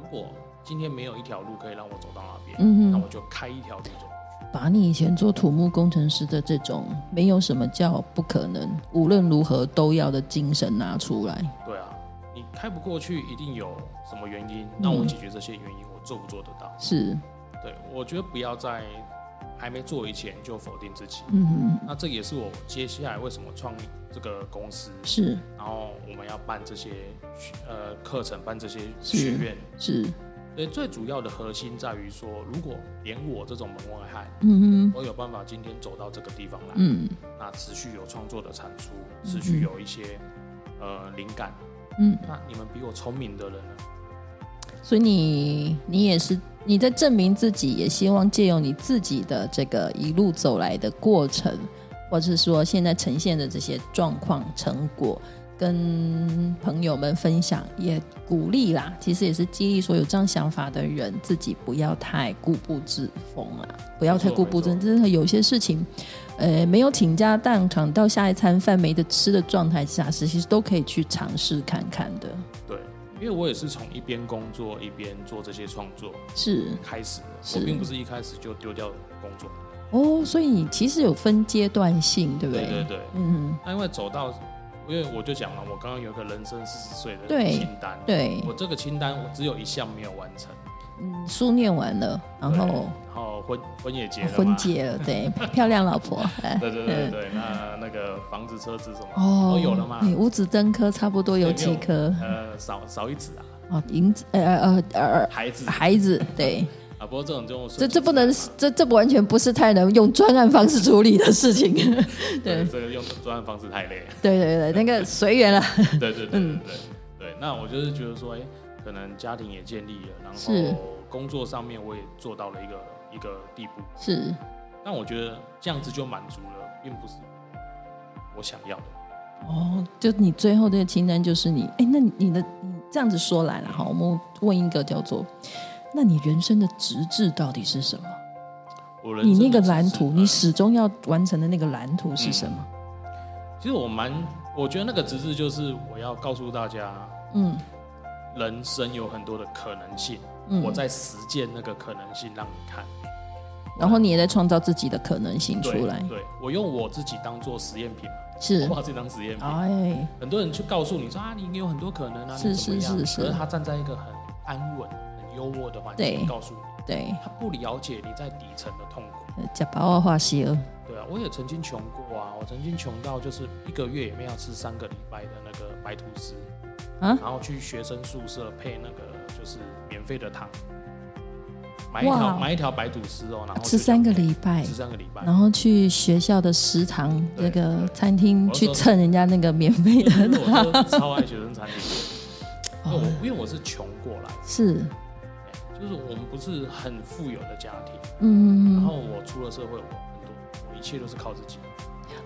Speaker 2: 如果今天没有一条路可以让我走到那边，
Speaker 1: 嗯
Speaker 2: 那
Speaker 1: 哼
Speaker 2: 我，就开一条路走。
Speaker 1: 把你以前做土木工程师的这种没有什么叫不可能，无论如何都要的精神拿出来。
Speaker 2: 对啊，你开不过去，一定有什么原因让我
Speaker 1: 嗯
Speaker 2: 解决这些原因，我做不做得到？
Speaker 1: 是，
Speaker 2: 对，我觉得不要在还没做以前就否定自己。
Speaker 1: 嗯哼，
Speaker 2: 那这也是我接下来为什么创这个公司，
Speaker 1: 是
Speaker 2: 然后我们要办这些学呃课程，办这些
Speaker 1: 是
Speaker 2: 学院。
Speaker 1: 是，
Speaker 2: 对，最主要的核心在于说，如果连我这种门外汉，
Speaker 1: 嗯哼，
Speaker 2: 我有办法今天走到这个地方来，
Speaker 1: 嗯
Speaker 2: 那持续有创作的产出，持续有一些呃灵感，
Speaker 1: 嗯。
Speaker 2: 那你们比我聪明的人呢？
Speaker 1: 所以你你也是你在证明自己，也希望借由你自己的这个一路走来的过程，或者是说现在呈现的这些状况成果，跟朋友们分享，也鼓励啦。其实也是激励所有这样想法的人，自己不要太固步自封啦，不要太固步自封。
Speaker 2: 没
Speaker 1: 真的有些事情，呃，没有倾家荡产到下一餐饭没得吃的状态下，其实都可以去尝试看看的。
Speaker 2: 对，因为我也是从一边工作一边做这些创作
Speaker 1: 是，
Speaker 2: 开始的，
Speaker 1: 是
Speaker 2: 我并不是一开始就丢掉工作，
Speaker 1: 哦，所以你其实有分阶段性，对不对？
Speaker 2: 对对对。
Speaker 1: 嗯，
Speaker 2: 那因为走到，因为我就讲了，我刚刚有一个人生四十岁的
Speaker 1: 对
Speaker 2: 清单，
Speaker 1: 对，
Speaker 2: 我这个清单我只有一项没有完成，
Speaker 1: 嗯，书念完了，然后哦
Speaker 2: 然后婚婚也结了嘛，
Speaker 1: 婚结了，对， (laughs) 漂亮老婆，哎
Speaker 2: 对对对对，那那个房子、车子什么
Speaker 1: 哦，
Speaker 2: 都有了嘛。
Speaker 1: 你五子登科差不多有
Speaker 2: 对
Speaker 1: 几颗？
Speaker 2: 呃，少少一子啊，
Speaker 1: 哦，银子，呃呃呃呃
Speaker 2: 孩子
Speaker 1: 呃，
Speaker 2: 啊，
Speaker 1: 孩子，
Speaker 2: (laughs)
Speaker 1: 对，
Speaker 2: 不过这种这种
Speaker 1: 这这不能，这这完全不是太能用专案方式处理的事情。 (laughs) 对
Speaker 2: 对这个用专案方式太
Speaker 1: (laughs)
Speaker 2: 累了。
Speaker 1: 对对对，那个随缘了，
Speaker 2: 对对对对对
Speaker 1: 嗯
Speaker 2: 对对，那我就是觉得说，哎，可能家庭也建立了，然
Speaker 1: 是
Speaker 2: 后工作上面我也做到了一个一个地步，
Speaker 1: 是
Speaker 2: 但我觉得这样子就满足了，并不是我想要的。
Speaker 1: 哦，就你最后这个清单就是你，哎，那你你的你这样子说来了哈，我们问一个叫做，那你人生的直至到底是什么？
Speaker 2: 我人
Speaker 1: 你那
Speaker 2: 生
Speaker 1: 个
Speaker 2: 的
Speaker 1: 蓝
Speaker 2: 指示
Speaker 1: 图，
Speaker 2: 呃
Speaker 1: 你始终要完成的那个蓝图是什么？
Speaker 2: 其实我蛮，我觉得那个直至就是我要告诉大家，
Speaker 1: 嗯
Speaker 2: 人生有很多的可能性，
Speaker 1: 嗯，
Speaker 2: 我在实践那个可能性让你看
Speaker 1: 然后你也在创造自己的可能性
Speaker 2: 对
Speaker 1: 出来，
Speaker 2: 对，我用我自己当做实验品嘛，我
Speaker 1: 是
Speaker 2: 把自己当实验品。
Speaker 1: 哎，
Speaker 2: 很多人去告诉你说啊，你有很多可能啊，
Speaker 1: 是
Speaker 2: 你怎么样
Speaker 1: 是是是
Speaker 2: 可是他站在一个很安稳、很优渥的环
Speaker 1: 对
Speaker 2: 境告诉你，
Speaker 1: 对，
Speaker 2: 他不了解你在底层的痛苦。
Speaker 1: 假把我画西尔，
Speaker 2: 对啊，我也曾经穷过啊，我曾经穷到就是一个月也没有吃三个礼拜的那个白吐司，
Speaker 1: 啊
Speaker 2: 然后去学生宿舍配那个就是免费的糖，买一条
Speaker 1: 哇
Speaker 2: 买一条白吐司哦，然后
Speaker 1: 吃三个礼拜
Speaker 2: 拜，吃三个礼拜，
Speaker 1: 然后去学校的食堂
Speaker 2: 对
Speaker 1: 那个
Speaker 2: 对
Speaker 1: 餐厅
Speaker 2: 我
Speaker 1: 去
Speaker 2: 说
Speaker 1: 蹭人家那个免费的
Speaker 2: 因为我真的超爱学生餐厅，
Speaker 1: (laughs)
Speaker 2: 因为
Speaker 1: 哦，
Speaker 2: 我因为我是穷过来，
Speaker 1: 是，
Speaker 2: 就是我们不是很富有的家庭，然
Speaker 1: 嗯
Speaker 2: 后，我出了社会，我很多我一切都是靠自己，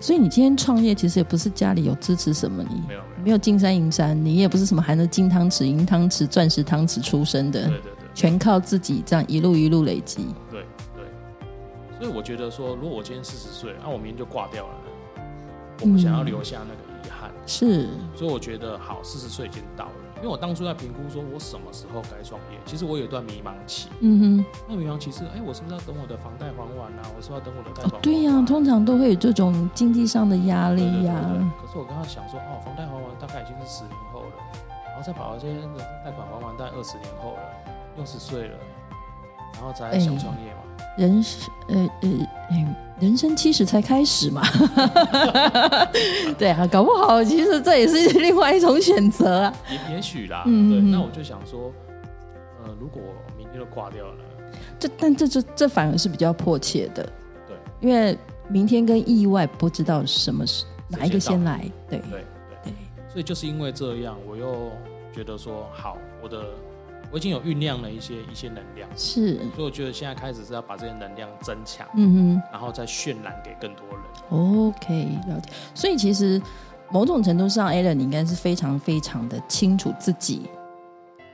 Speaker 1: 所以你今天创业其实也不是家里有支持什么你。
Speaker 2: 没有没有，
Speaker 1: 没有金山银山，你也不是什么含着金汤匙、银汤匙、钻石汤匙出生的，
Speaker 2: 对对对。
Speaker 1: 全靠自己这样一路一路累积。
Speaker 2: 对对，所以我觉得说，如果我今天四十岁，那、我明天就挂掉了呢，我不想
Speaker 1: 嗯
Speaker 2: 要留下那个遗憾，
Speaker 1: 是，
Speaker 2: 所以我觉得好，四十岁已经到了。因为我当初在评估说我什么时候该创业，其实我有一段迷茫期。
Speaker 1: 嗯哼，
Speaker 2: 那迷茫期是，哎、我是不是要等我的房贷还完啊？我是不是要等我的贷款还完、
Speaker 1: 哦，对呀、通常都会有这种经济上的压
Speaker 2: 对对
Speaker 1: 力
Speaker 2: 对
Speaker 1: 呀、
Speaker 2: 对对可是我刚刚想说，哦，房贷还完大概已经是十年后了，然后再把我这些贷款还完，大概二十年后了，六十岁了，然后才
Speaker 1: 哎
Speaker 2: 想创业嘛。
Speaker 1: 人是，呃呃，哎、人生七十才开始嘛， (laughs) 对啊，搞不好其实这也是另外一种选择啊。
Speaker 2: 也也许啦，
Speaker 1: 嗯
Speaker 2: 对。
Speaker 1: 嗯
Speaker 2: 那我就想说，呃，如果我明天就挂掉了，
Speaker 1: 这但这这这反而是比较迫切的，
Speaker 2: 对，
Speaker 1: 因为明天跟意外不知道什么是
Speaker 2: 谁
Speaker 1: 哪一个
Speaker 2: 先
Speaker 1: 先来，对
Speaker 2: 对对。所以就是因为这样，我又觉得说，好，我的我已经有酝酿了一些一些能量，
Speaker 1: 是，
Speaker 2: 所以我觉得现在开始是要把这些能量增强，
Speaker 1: 嗯
Speaker 2: 然后再渲染给更多人。
Speaker 1: 哼，OK，了解。所以其实某种程度上，Alan 你应该是非常非常的清楚自己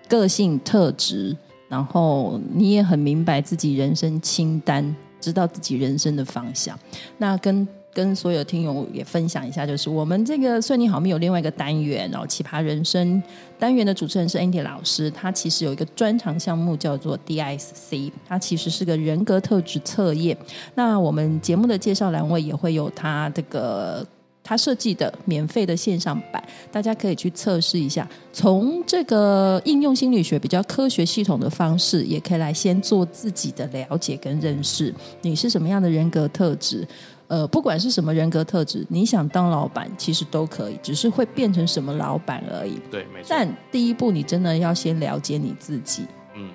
Speaker 1: 个性特质，然后你也很明白自己人生清单，知道自己人生的方向。那跟跟所有听友也分享一下，就是我们这个“算你好命”有另外一个单元，然后“奇葩人生”单元的主持人是 Andy 老师，他其实有一个专长项目叫做 DISC，它其实是个人格特质测验。那我们节目的介绍栏位也会有他这个。他设计的免费的线上版，大家可以去测试一下。从这个应用心理学比较科学系统的方式，也可以来先做自己的了解跟认识，你是什么样的人格特质。呃，不管是什么人格特质，你想当老板其实都可以，只是会变成什么老板而已。
Speaker 2: 对，没错。
Speaker 1: 嗯但第一步，你真的要先了解你自己，
Speaker 2: 嗯，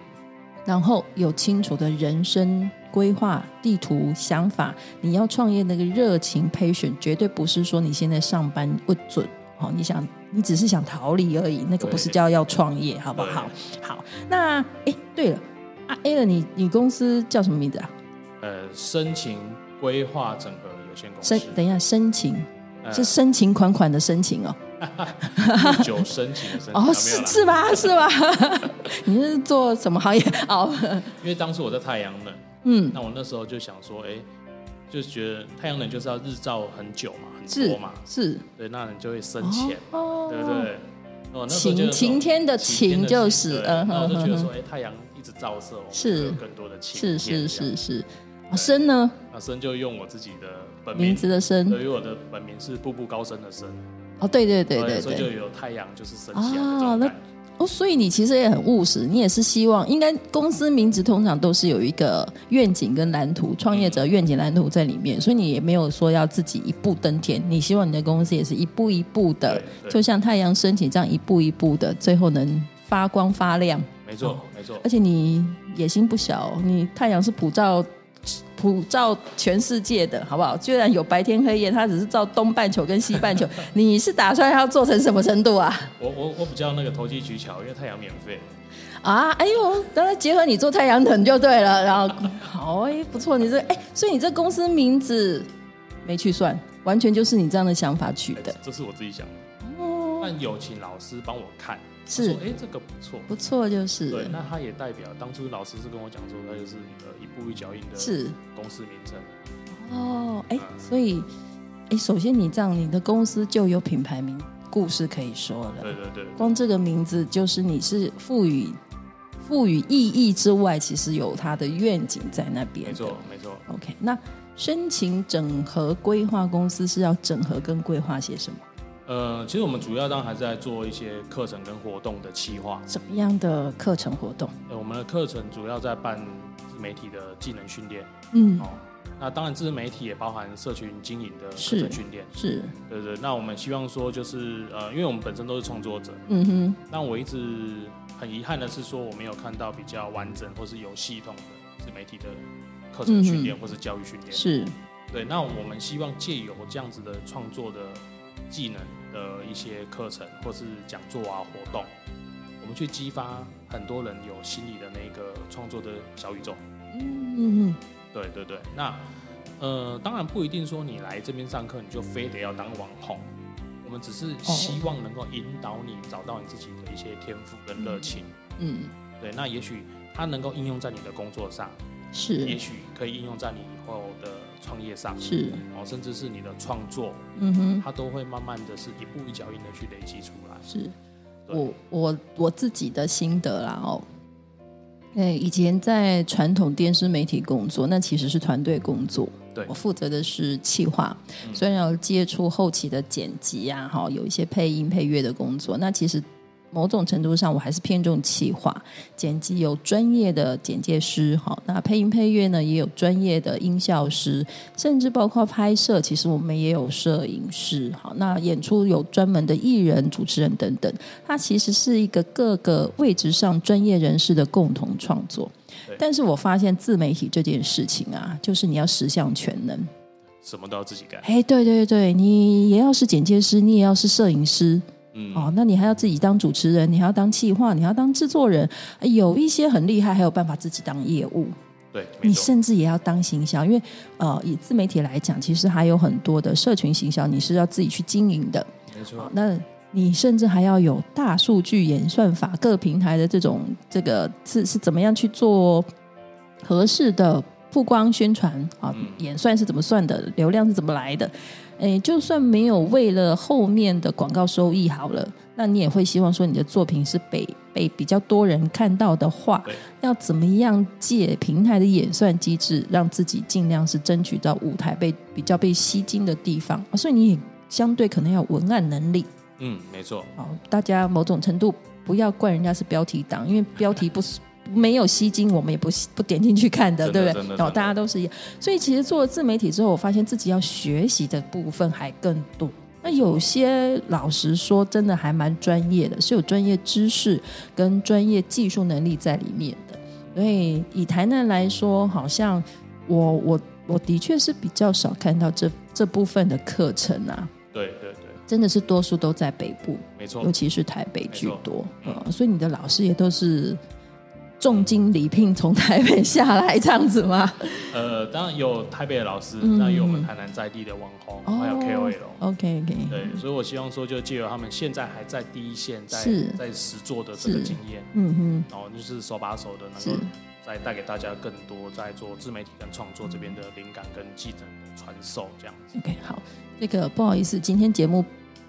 Speaker 1: 然后有清楚的人生规划、地图、想法。你要创业那个热情 passion，绝对不是说你现在上班不准哦，你想你只是想逃离而已，那个不是
Speaker 2: 对
Speaker 1: 叫要创业，好不
Speaker 2: 对
Speaker 1: 好？好，那哎，对了啊 a l n 你你公司叫什么名字啊？
Speaker 2: 呃，申请规划整合有限公司
Speaker 1: 申，等一下，申请
Speaker 2: (laughs) 呃
Speaker 1: 是申请款款的申请哦。
Speaker 2: 第九申请的申请啊没有
Speaker 1: 哦，
Speaker 2: 啦
Speaker 1: 是是
Speaker 2: (laughs)
Speaker 1: 吧？是吧？你是做什么行业？哦，
Speaker 2: 因为当时我在太阳能，
Speaker 1: 嗯，
Speaker 2: 那我那时候就想说，哎、就觉得太阳能就是要日照很久嘛，很
Speaker 1: 是
Speaker 2: 多嘛，
Speaker 1: 是
Speaker 2: 对，那你就会生钱，
Speaker 1: 哦
Speaker 2: 对不对？哦，那时候
Speaker 1: 晴
Speaker 2: 就有
Speaker 1: 晴天的
Speaker 2: 晴
Speaker 1: 晴
Speaker 2: 的
Speaker 1: 就是，
Speaker 2: 对
Speaker 1: 嗯
Speaker 2: 那
Speaker 1: 哼
Speaker 2: 我就觉
Speaker 1: 哼
Speaker 2: 得
Speaker 1: 哼
Speaker 2: 说，，哎、太阳一直照射，我们
Speaker 1: 是
Speaker 2: 就有更多的
Speaker 1: 是
Speaker 2: 晴天
Speaker 1: 是
Speaker 2: 这样。
Speaker 1: 是是。哦，生呢？
Speaker 2: 那生就用我自己的本
Speaker 1: 名
Speaker 2: 名，
Speaker 1: 字的生。
Speaker 2: 对，因为我的本名是步步高升的升，
Speaker 1: 哦，对对对
Speaker 2: 对
Speaker 1: 对
Speaker 2: 所以就
Speaker 1: 对。
Speaker 2: 有太阳就是升
Speaker 1: 啊
Speaker 2: 起来的这种
Speaker 1: 那
Speaker 2: 感觉。
Speaker 1: 哦，所以你其实也很务实，你也是希望，应该公司名字通常都是有一个愿景跟蓝图，创业
Speaker 2: 嗯
Speaker 1: 者愿景蓝图在里面，所以你也没有说要自己一步登天，你希望你的公司也是一步一步的，
Speaker 2: 对对
Speaker 1: 就像太阳升起这样一步一步的，最后能发光发亮。
Speaker 2: 没错，
Speaker 1: 嗯
Speaker 2: 没错
Speaker 1: 而，且你野心不小哦，你太阳是普照普照全世界的，好不好？居然有白天黑夜，它只是照东半球跟西半球， (laughs) 你是打算要做成什么程度啊？
Speaker 2: 我我我比较那个投机取巧，因为太阳免费。
Speaker 1: 啊，哎呦，当然结合你做太阳能就对了，然后好哎，不错，你这哎，所以你这公司名字没去算，完全就是你这样的想法取的
Speaker 2: 哎，这是我自己想的。
Speaker 1: 哦，
Speaker 2: 但有请老师帮我看，他
Speaker 1: 是
Speaker 2: 说哎、这个不错。
Speaker 1: 不错，就
Speaker 2: 对
Speaker 1: 是，
Speaker 2: 那他也代表当初老师是跟我讲说，他就是一个一步一脚印的
Speaker 1: 是。
Speaker 2: 公司名称。
Speaker 1: 哦，哎，所以，哎，首先你这样，你的公司就有品牌名故事可以说
Speaker 2: 对
Speaker 1: 了。
Speaker 2: 对对，
Speaker 1: 光这个名字就是你是赋予赋予意义之外，其实有它的愿景在那边
Speaker 2: 没
Speaker 1: 的。
Speaker 2: 错没错。
Speaker 1: OK，那申请整合规划公司是要整合跟规划些什么？
Speaker 2: 呃，其实我们主要当然还是在做一些课程跟活动的企划。
Speaker 1: 什么样的课程活动？
Speaker 2: 呃我们的课程主要在办自媒体的技能训练
Speaker 1: 嗯，
Speaker 2: 哦。那当然，自媒体也包含社群经营的课
Speaker 1: 是
Speaker 2: 程训练。
Speaker 1: 是，
Speaker 2: 对对，那我们希望说就是呃，因为我们本身都是创作者，
Speaker 1: 嗯哼，
Speaker 2: 那我一直很遗憾的是说，我没有看到比较完整或是有系统的自媒体的课程训练或是教育训练。
Speaker 1: 是，
Speaker 2: 对，那我们希望借由这样子的创作的技能的一些课程或是讲座啊活动，我们去激发很多人有心里的那个创作的小宇宙。
Speaker 1: 嗯嗯
Speaker 2: 对对对，那呃，当然不一定说你来这边上课你就非得要当网红，我们只是希望能够引导你找到你自己的一些天赋跟热情。
Speaker 1: 嗯，
Speaker 2: 对，那也许它能够应用在你的工作上，也
Speaker 1: 是
Speaker 2: 许可以应用在你以后的创业上，
Speaker 1: 是，
Speaker 2: 哦，甚至是你的创作，
Speaker 1: 嗯哼。
Speaker 2: 它都会慢慢的是一步一脚印的去累积出来。
Speaker 1: 是
Speaker 2: 对
Speaker 1: 我我我自己的心得啦哦。呃，以前在传统电视媒体工作，那其实是团队工作。
Speaker 2: 对
Speaker 1: 我负责的是企划，
Speaker 2: 嗯
Speaker 1: 虽然有接触后期的剪辑啊，哈，有一些配音配乐的工作。那其实某种程度上，我还是偏重企划剪辑，有专业的剪介师，好，那配音配乐呢也有专业的音效师，甚至包括拍摄，其实我们也有摄影师，好，那演出有专门的艺人、主持人等等，它其实是一个各个位置上专业人士的共同创作
Speaker 2: 对。
Speaker 1: 但是我发现自媒体这件事情啊，就是你要十项全能。
Speaker 2: 什么都要自己干。
Speaker 1: 哎，对对对，你也要是剪接师，你也要是摄影师，
Speaker 2: 嗯，
Speaker 1: 哦，那你还要自己当主持人，你还要当企划，你还要当制作人，哎有一些很厉害，还有办法自己当业务，
Speaker 2: 对，没
Speaker 1: 你
Speaker 2: 错，
Speaker 1: 甚至也要当行销，因为呃，以自媒体来讲，其实还有很多的社群行销，你是要自己去经营的。
Speaker 2: 没
Speaker 1: 哦
Speaker 2: 错，，
Speaker 1: 那你甚至还要有大数据演算法，各平台的这种这个是是怎么样去做合适的曝光宣传啊？
Speaker 2: 嗯
Speaker 1: 演算是怎么算的？流量是怎么来的？诶，就算没有为了后面的广告收益好了，那你也会希望说你的作品是被被比较多人看到的话
Speaker 2: 对，
Speaker 1: 要怎么样借平台的演算机制，让自己尽量是争取到舞台被比较被吸睛的地方，啊所以你也相对可能要有文案能力
Speaker 2: 嗯，没错，
Speaker 1: 哦。大家某种程度不要怪人家是标题党，因为标题不没有吸睛，我们也不不点进去看的，
Speaker 2: 真
Speaker 1: 对
Speaker 2: 的真
Speaker 1: 不
Speaker 2: 的
Speaker 1: 对？
Speaker 2: 真的
Speaker 1: 哦，大家都是一样。所以其实做了自媒体之后，我发现自己要学习的部分还更多。那有些老实说，真的还蛮专业的，是有专业知识跟专业技术能力在里面的。所以以台南来说，好像我我我的确是比较少看到这这部分的课程啊，
Speaker 2: 对对对，
Speaker 1: 真的是多数都在北部，
Speaker 2: 没错
Speaker 1: 尤，其是台北居多
Speaker 2: 没错
Speaker 1: 啊、呃所以你的老师也都是重金礼聘从台北下来这样子吗？
Speaker 2: 呃，当然有台北的老师，
Speaker 1: 嗯
Speaker 2: 那也有我们台南在地的网红，
Speaker 1: 哦
Speaker 2: (laughs) 还有 KOL。
Speaker 1: OK OK，
Speaker 2: 对，所以我希望说，就借由他们现在还在第一线，在
Speaker 1: 是
Speaker 2: 在实做的这个
Speaker 1: 是
Speaker 2: 经验，
Speaker 1: 嗯
Speaker 2: 然后就是手把手的，能
Speaker 1: 是
Speaker 2: 够再带给大家更多在做自媒体跟创作这边的灵感跟技能的传授，这样子
Speaker 1: 哼。，OK 好，这个不好意思，今天节目。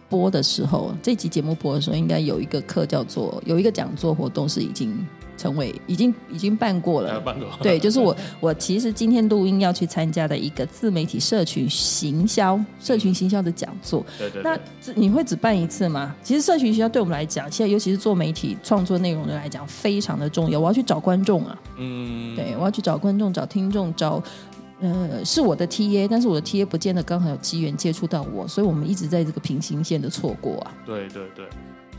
Speaker 1: 播的时候，这集节目播的时候，应该有一个课叫做有一个讲座活动是已经成为已经已经办过
Speaker 2: 还
Speaker 1: 了
Speaker 2: 有，
Speaker 1: (laughs)
Speaker 2: 办公 (laughs)
Speaker 1: 对，就是我我其实今天录音要去参加的一个自媒体社群行销、社群行销的讲座。
Speaker 2: 对对
Speaker 1: 那
Speaker 2: 对，
Speaker 1: 只你会只办一次吗？其实社群行销对我们来讲，现在尤其是做媒体创作内容的人来讲，非常的重要。我要去找观众啊，
Speaker 2: 嗯，
Speaker 1: 对我要去找观众、找听众、找。呃，是我的 T A，但是我的 T A 不见得刚好有机缘接触到我，所以我们一直在这个平行线的错过啊。
Speaker 2: 对对对，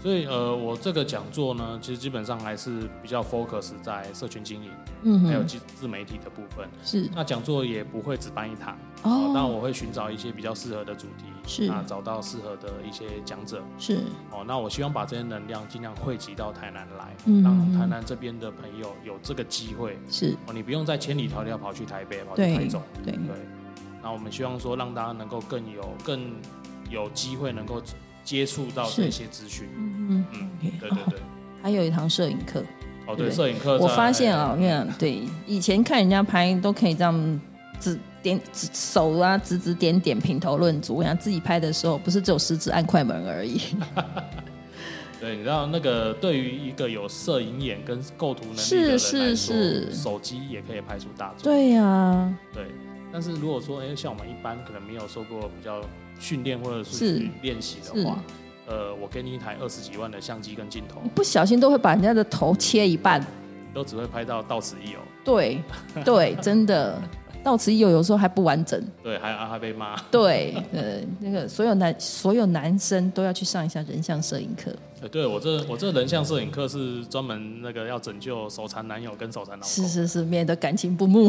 Speaker 2: 所以呃，我这个讲座呢，其实基本上还是比较 focus 在社群经营，
Speaker 1: 嗯
Speaker 2: 还有
Speaker 1: 哼，
Speaker 2: 自自媒体的部分。
Speaker 1: 是
Speaker 2: 那讲座也不会只办一堂，
Speaker 1: 哦
Speaker 2: 那我会寻找一些比较适合的主题，
Speaker 1: 是
Speaker 2: 那找到适合的一些讲者，
Speaker 1: 是，
Speaker 2: 哦，那我希望把这些能量尽量汇集到台南来，
Speaker 1: 嗯
Speaker 2: 让台南这边的朋友有这个机会，
Speaker 1: 是
Speaker 2: 哦，你不用再千里迢迢跑去台北，跑去台
Speaker 1: 对
Speaker 2: 中，
Speaker 1: 对
Speaker 2: 对。那我们希望说，让大家能够更有更有机会能够接触到
Speaker 1: 是
Speaker 2: 这些资讯，
Speaker 1: 嗯
Speaker 2: 嗯，
Speaker 1: ，OK，
Speaker 2: 对
Speaker 1: 好 (laughs)
Speaker 2: 对对，
Speaker 1: 还有一堂摄影课，
Speaker 2: 哦
Speaker 1: 对
Speaker 2: 对，摄影课
Speaker 1: 我
Speaker 2: 在
Speaker 1: 发现啊，我跟你讲，对，以前看人家拍都可以这样指点指手啊，指指点点，品头论足。我想自己拍的时候，不是只有食指按快门而已。
Speaker 2: 对，你知道那个对于一个有摄影眼跟构图能力的人
Speaker 1: 是
Speaker 2: 来说，
Speaker 1: 是是
Speaker 2: 手机也可以拍出大作。
Speaker 1: 对呀、
Speaker 2: 对，但是如果说，哎、像我们一般可能没有受过比较训练或者
Speaker 1: 是
Speaker 2: 是去练习
Speaker 1: 是
Speaker 2: 的话，呃，我给你一台二十几万的相机跟镜头，
Speaker 1: 不小心都会把人家的头切一半。
Speaker 2: 你都只会拍到到此一游。
Speaker 1: 对，对，真的，到此一游，有时候还不完整。
Speaker 2: 对，还还被骂， (laughs)
Speaker 1: 对，呃，那个所有男所有男生都要去上一下人像摄影课。
Speaker 2: 呃对我这我这人像摄影课是专门那个要拯救手残男友跟手残老
Speaker 1: 是
Speaker 2: 公，
Speaker 1: 是是，免得感情不睦。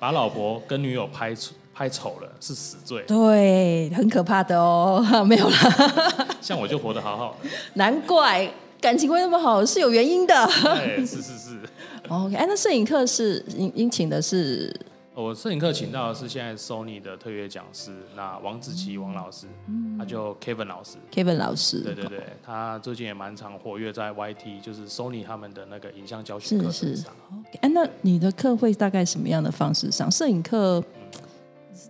Speaker 2: 把老婆跟女友拍出拍丑了是死
Speaker 1: (laughs)
Speaker 2: 罪，
Speaker 1: 对，很可怕的哦。 (laughs) 没有啦。
Speaker 2: 像我就活得好好的，
Speaker 1: 难怪感情会那么好是有原因的。
Speaker 2: 哎，是是是，
Speaker 1: OK，哎，那摄影课是您您请的是
Speaker 2: 我摄影课请到的是现在 Sony 的特约讲师，那王子琪王老师，
Speaker 1: 嗯
Speaker 2: 他就 Kevin 老师，
Speaker 1: Kevin 老师，
Speaker 2: 对对对，他最近也蛮常活跃在 YT，就是 Sony 他们的那个影像教学
Speaker 1: 是
Speaker 2: 课程
Speaker 1: 是
Speaker 2: 上。
Speaker 1: OK，哎，那你的课会大概什么样的方式上？摄影课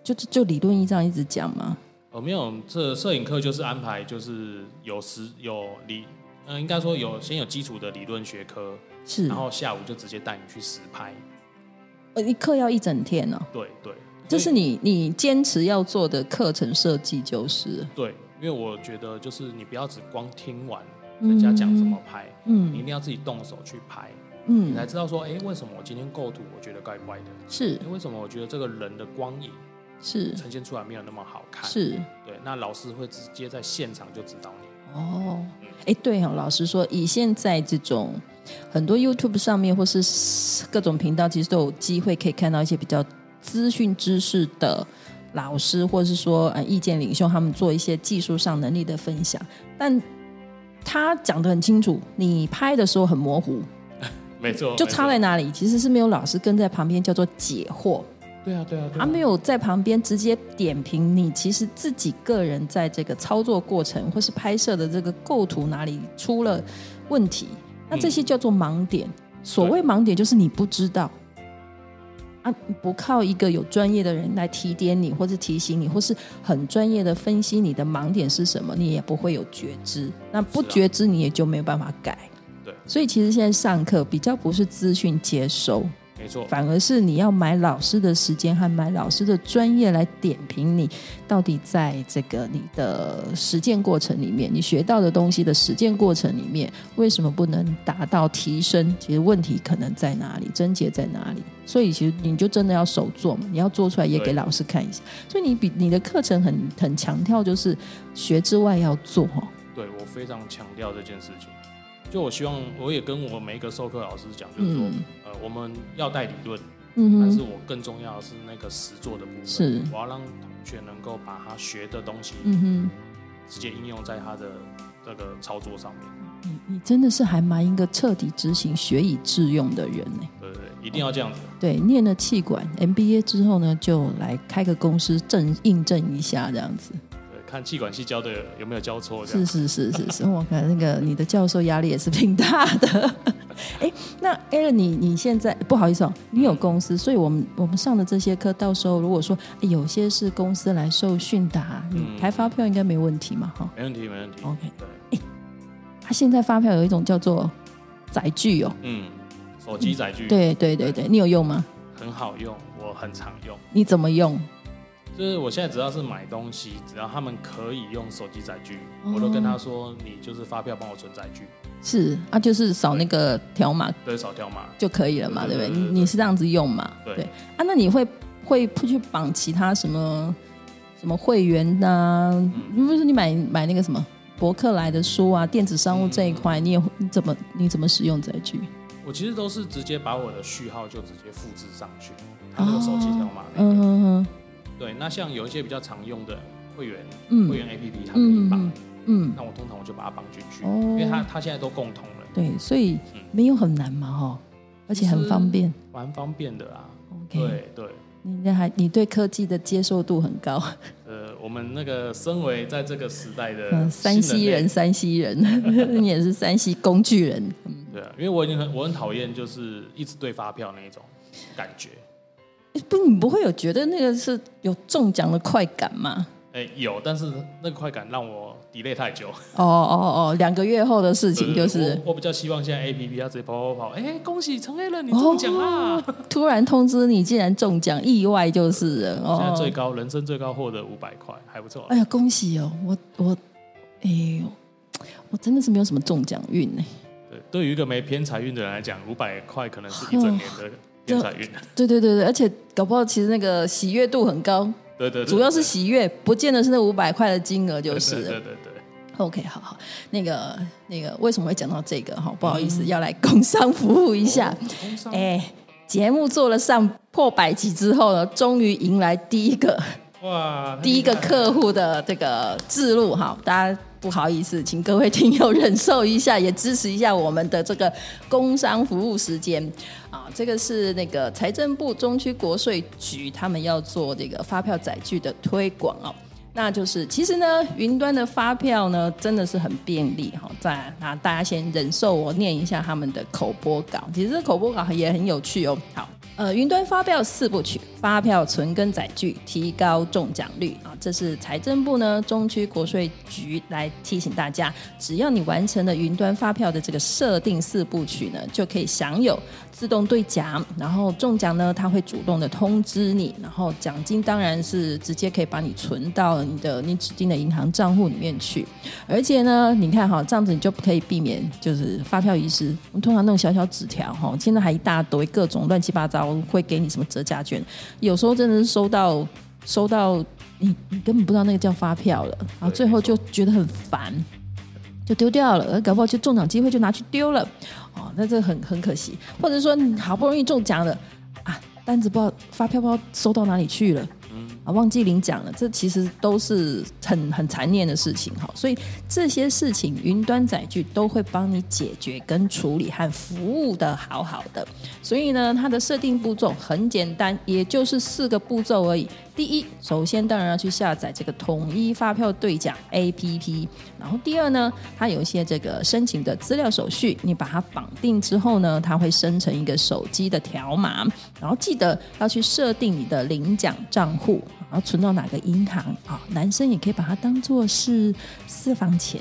Speaker 1: 就就就理论一这样一直讲吗？
Speaker 2: 哦，没有，这摄影课就是安排，就是有时有理，嗯、应该说有先有基础的理论学科，
Speaker 1: 是
Speaker 2: 然，后下午就直接带你去实拍。
Speaker 1: 呃你课要一整天呢、
Speaker 2: 对对，
Speaker 1: 这
Speaker 2: 所
Speaker 1: 是
Speaker 2: 以
Speaker 1: 你你坚持要做的课程设计，就是
Speaker 2: 对，因为我觉得就是你不要只光听完，人家讲怎么拍，你一
Speaker 1: 嗯
Speaker 2: 定要自己动手去拍，你才
Speaker 1: 嗯，
Speaker 2: 知道说，哎，为什么我今天构图我觉得怪怪的？
Speaker 1: 是
Speaker 2: 哎为什么我觉得这个人的光影
Speaker 1: 是
Speaker 2: 呈现出来没有那么好看？
Speaker 1: 是
Speaker 2: 对，那老师会直接在现场就指导你。
Speaker 1: 哦，哎，对哦，老实说，以现在这种很多 YouTube 上面或是各种频道，其实都有机会可以看到一些比较资讯知识的老师，或是说呃意见领袖，他们做一些技术上能力的分享，但。他讲的很清楚，你拍的时候很模糊，
Speaker 2: 没错
Speaker 1: 就差在哪里？其实是没有老师跟在旁边叫做解惑，
Speaker 2: 对啊，对啊，对
Speaker 1: 他
Speaker 2: 啊，
Speaker 1: 没有在旁边直接点评你，其实自己个人在这个操作过程或是拍摄的这个构图哪里出了问题，那这
Speaker 2: 嗯
Speaker 1: 些叫做盲点。所谓盲点，就是你不知道啊，不靠一个有专业的人来提点你，或是提醒你，或是很专业的分析你的盲点是什么，你也不会有觉知。那不
Speaker 2: 是啊
Speaker 1: 觉知，你也就没有办法改。
Speaker 2: 对
Speaker 1: 所以其实现在上课比较不是资讯接收，
Speaker 2: 没错，
Speaker 1: 反而是你要买老师的时间和买老师的专业来点评你到底在这个你的实践过程里面，你学到的东西的实践过程里面，为什么不能达到提升？其实问题可能在哪里，症结在哪里？所以其实你就真的要手做嘛，你要做出来也给
Speaker 2: 对
Speaker 1: 老师看一下。所以你比你的课程很很强调就是学之外要做哦，
Speaker 2: 对我非常强调这件事情。就我希望，我也跟我每一个授课老师讲，就是说，
Speaker 1: 嗯
Speaker 2: 呃，我们要带理论，但
Speaker 1: 嗯
Speaker 2: 是
Speaker 1: 哼，
Speaker 2: 我更重要的是那个实做的部分。
Speaker 1: 是
Speaker 2: 我要让同学能够把他学的东西
Speaker 1: 嗯哼。
Speaker 2: 直接应用在他的这个操作上面。
Speaker 1: 你你真的是还蛮一个彻底执行学以致用的人呢、
Speaker 2: 对对对，一定要这样子。
Speaker 1: 对，念了气管 MBA 之后呢，就来开个公司证印证一下，这样子。
Speaker 2: 对，看气管系教的有没有教错这
Speaker 1: 是
Speaker 2: 样。
Speaker 1: 是是是是，我看那个你的教授压力也是挺大的。 (laughs) 哎，那 Aaron，你你现在不好意思哦，你有公司，所以我们我们上的这些课，到时候如果说哎有些是公司来受训的啊，你
Speaker 2: 嗯
Speaker 1: 开发票应该没问题嘛，哈。
Speaker 2: 没问题，没问题。
Speaker 1: OK
Speaker 2: 对，
Speaker 1: 他现在发票有一种叫做载具哦，
Speaker 2: 嗯，手机载具
Speaker 1: 对对对对，你有用吗？
Speaker 2: 很好用，我很常用。
Speaker 1: 你怎么用？
Speaker 2: 就是我现在只要是买东西，只要他们可以用手机载具，
Speaker 1: 哦
Speaker 2: 我都跟他说，你就是发票帮我存载具，
Speaker 1: 是啊，就是扫那个条码
Speaker 2: 对，扫条码。
Speaker 1: 就可以了嘛，对
Speaker 2: 对
Speaker 1: 不对？
Speaker 2: 对对
Speaker 1: 你你是这样子用嘛？
Speaker 2: 对
Speaker 1: 啊，那你会会不去绑其他什么什么会员呐、如果是你买买那个什么博客来的书啊，电子商务这一块，你也会你怎么你怎么使用载具？
Speaker 2: 我其实都是直接把我的序号就直接复制上去，他那个手机条码那
Speaker 1: 嗯
Speaker 2: 个。
Speaker 1: 哼哼，
Speaker 2: 对，那像有一些比较常用的会员，
Speaker 1: 嗯
Speaker 2: 会员 APP 它可以绑，
Speaker 1: 嗯，
Speaker 2: 那我通常我就把它绑进去，
Speaker 1: 哦
Speaker 2: 因为它它现在都共同了，
Speaker 1: 对，所以
Speaker 2: 嗯
Speaker 1: 没有很难嘛，哈，而且很方便。
Speaker 2: 蛮方便的啦。
Speaker 1: OK，
Speaker 2: 对对，
Speaker 1: 你那还你对科技的接受度很高，
Speaker 2: 呃，我们那个身为在这个时代的
Speaker 1: 嗯，
Speaker 2: 新
Speaker 1: 山西
Speaker 2: 类
Speaker 1: 人，，山西人，你也是山西工具人，嗯，
Speaker 2: 对啊，因为我已经很我很讨厌就是一直对发票那一种感觉，
Speaker 1: 不，你不会有觉得那个是有中奖的快感吗？
Speaker 2: 哎、有，但是那个快感让我 delay 太久，
Speaker 1: 哦哦哦，两个月后的事
Speaker 2: 对
Speaker 1: 情
Speaker 2: 对对
Speaker 1: 就是
Speaker 2: 我我比较希望现在 APP 它直接跑跑跑，哎、恭喜成 A
Speaker 1: 哦
Speaker 2: 了，你中奖啦！
Speaker 1: 突然通知你竟然中奖，意外就是了
Speaker 2: 现在
Speaker 1: 哦
Speaker 2: 最。高人生最高获得五百块，还不错
Speaker 1: 哎。呀，恭喜哦！我我，哎呦，我真的是没有什么中奖运呢。
Speaker 2: 对，对于一个没偏财运的人来讲，五百块可能是
Speaker 1: 哦
Speaker 2: 一整年的偏财运。
Speaker 1: 对对对对，而且搞不好其实那个喜悦度很高，
Speaker 2: 对对对，
Speaker 1: 主要是喜悦，不见得是那五百块的金额就
Speaker 2: 对
Speaker 1: 是
Speaker 2: 对
Speaker 1: 了。
Speaker 2: 对对对，
Speaker 1: OK，好好，那个那个为什么会讲到这个？哈，不好意思，要来工商服务一下。
Speaker 2: 工商
Speaker 1: 哎，节目做了上破百集之后呢，终于迎来第一个
Speaker 2: 哇，
Speaker 1: 第一个客户的这个置入哈，大家不好意思，请各位听友忍受一下，也支持一下我们的这个工商服务时间啊。这个是那个财政部中区国税局他们要做这个发票载具的推广哦。那就是，其实呢，云端的发票呢，真的是很便利哈。在那大家先忍受我念一下他们的口播稿，其实这口播稿也很有趣哦。好，呃，云端发票四部曲，发票存跟载具，提高中奖率啊。这是财政部呢中区国税局来提醒大家，只要你完成了云端发票的这个设定四部曲呢，就可以享有自动兑奖，然后中奖呢它会主动的通知你，然后奖金当然是直接可以把你存到你的你指定的银行账户里面去，而且呢，你看哈，这样子你就可以避免就是发票遗失。我们通常那种小小纸条哈，现在还一大堆各种乱七八糟，会给你什么折价券，有时候真的是收到收到你你根本不知道那个叫发票了，然后最后就觉得很烦，就丢掉了，搞不好就中奖机会就拿去丢了，哦，那这很很可惜。或者说你好不容易中奖了啊，单子不知道发票不知道收到哪里去了。啊，忘记领奖了，这其实都是很很残念的事情哈。所以这些事情，云端载具都会帮你解决跟处理和服务的好好的。所以呢，它的设定步骤很简单，也就是四个步骤而已。第一，首先当然要去下载这个统一发票兑奖 APP，然后第二呢，它有一些这个申请的资料手续，你把它绑定之后呢，它会生成一个手机的条码，然后记得要去设定你的领奖账户，然后存到哪个银行啊、男生也可以把它当做是私房钱，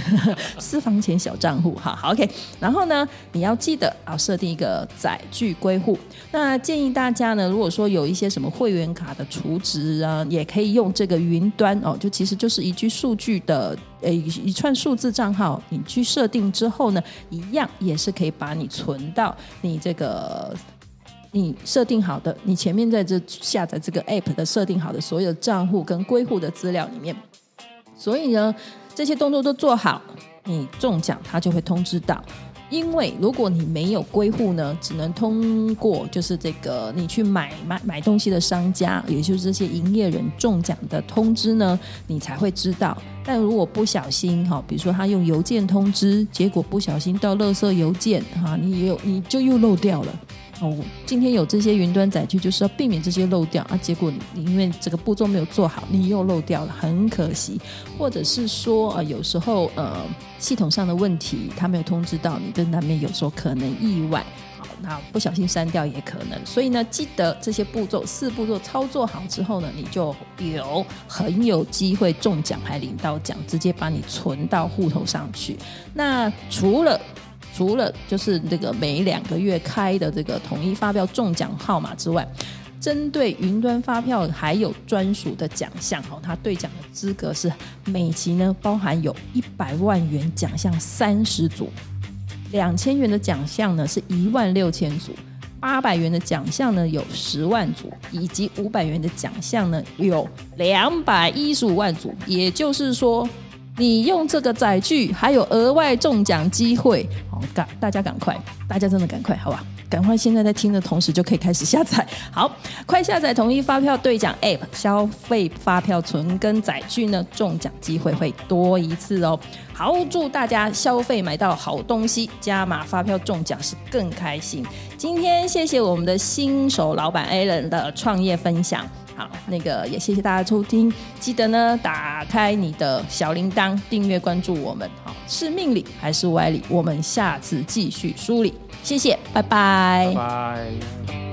Speaker 1: (laughs) 私房钱小账户，好好 OK。然后呢，你要记得啊，设定一个载具归户。那建议大家呢，如果说有一些什么会员卡的储值啊，也可以用这个云端哦，就其实就是一句数据的呃一一串数字账号，你去设定之后呢，一样也是可以把你存到你这个你设定好的，你前面在这下载这个 app 的设定好的所有账户跟归户的资料里面。所以呢，这些动作都做好，你中奖它就会通知到。因为如果你没有归户呢，只能通过就是这个你去买买买东西的商家，也就是这些营业人中奖的通知呢，你才会知道。但如果不小心哈，比如说他用邮件通知，结果不小心到垃圾邮件哈，你也有你就又漏掉了。哦，今天有这些云端载具，就是要避免这些漏掉啊。结果你你因为这个步骤没有做好，你又漏掉了，很可惜。或者是说，呃，有时候呃系统上的问题，他没有通知到你，这难免有时候可能意外。好，那不小心删掉也可能。所以呢，记得这些步骤四步骤操作好之后呢，你就有很有机会中奖，还领到奖，直接把你存到户头上去。那除了除了就是这个每两个月开的这个统一发票中奖号码之外，针对云端发票还有专属的奖项哦，它兑奖的资格是每期呢包含有一百万元奖项三十组，两千元的奖项呢是一万六千组。八百元的奖项呢有十万组，以及五百元的奖项呢有两百一十五万组。也就是说，你用这个载具还有额外中奖机会。好，赶大家赶快，大家真的赶快，好吧？赶快现在在听的同时就可以开始下载。好，快下载统一发票兑奖 App，消费发票存根载具呢，中奖机会会多一次哦。好，祝大家消费买到好东西，加码发票中奖是更开心。今天谢谢我们的新手老板 Alan 的创业分享。好，那个也谢谢大家收听，记得呢打开你的小铃铛，订阅关注我们。好，是命理还是歪理？我们下次继续梳理。谢谢，拜拜
Speaker 2: 拜拜。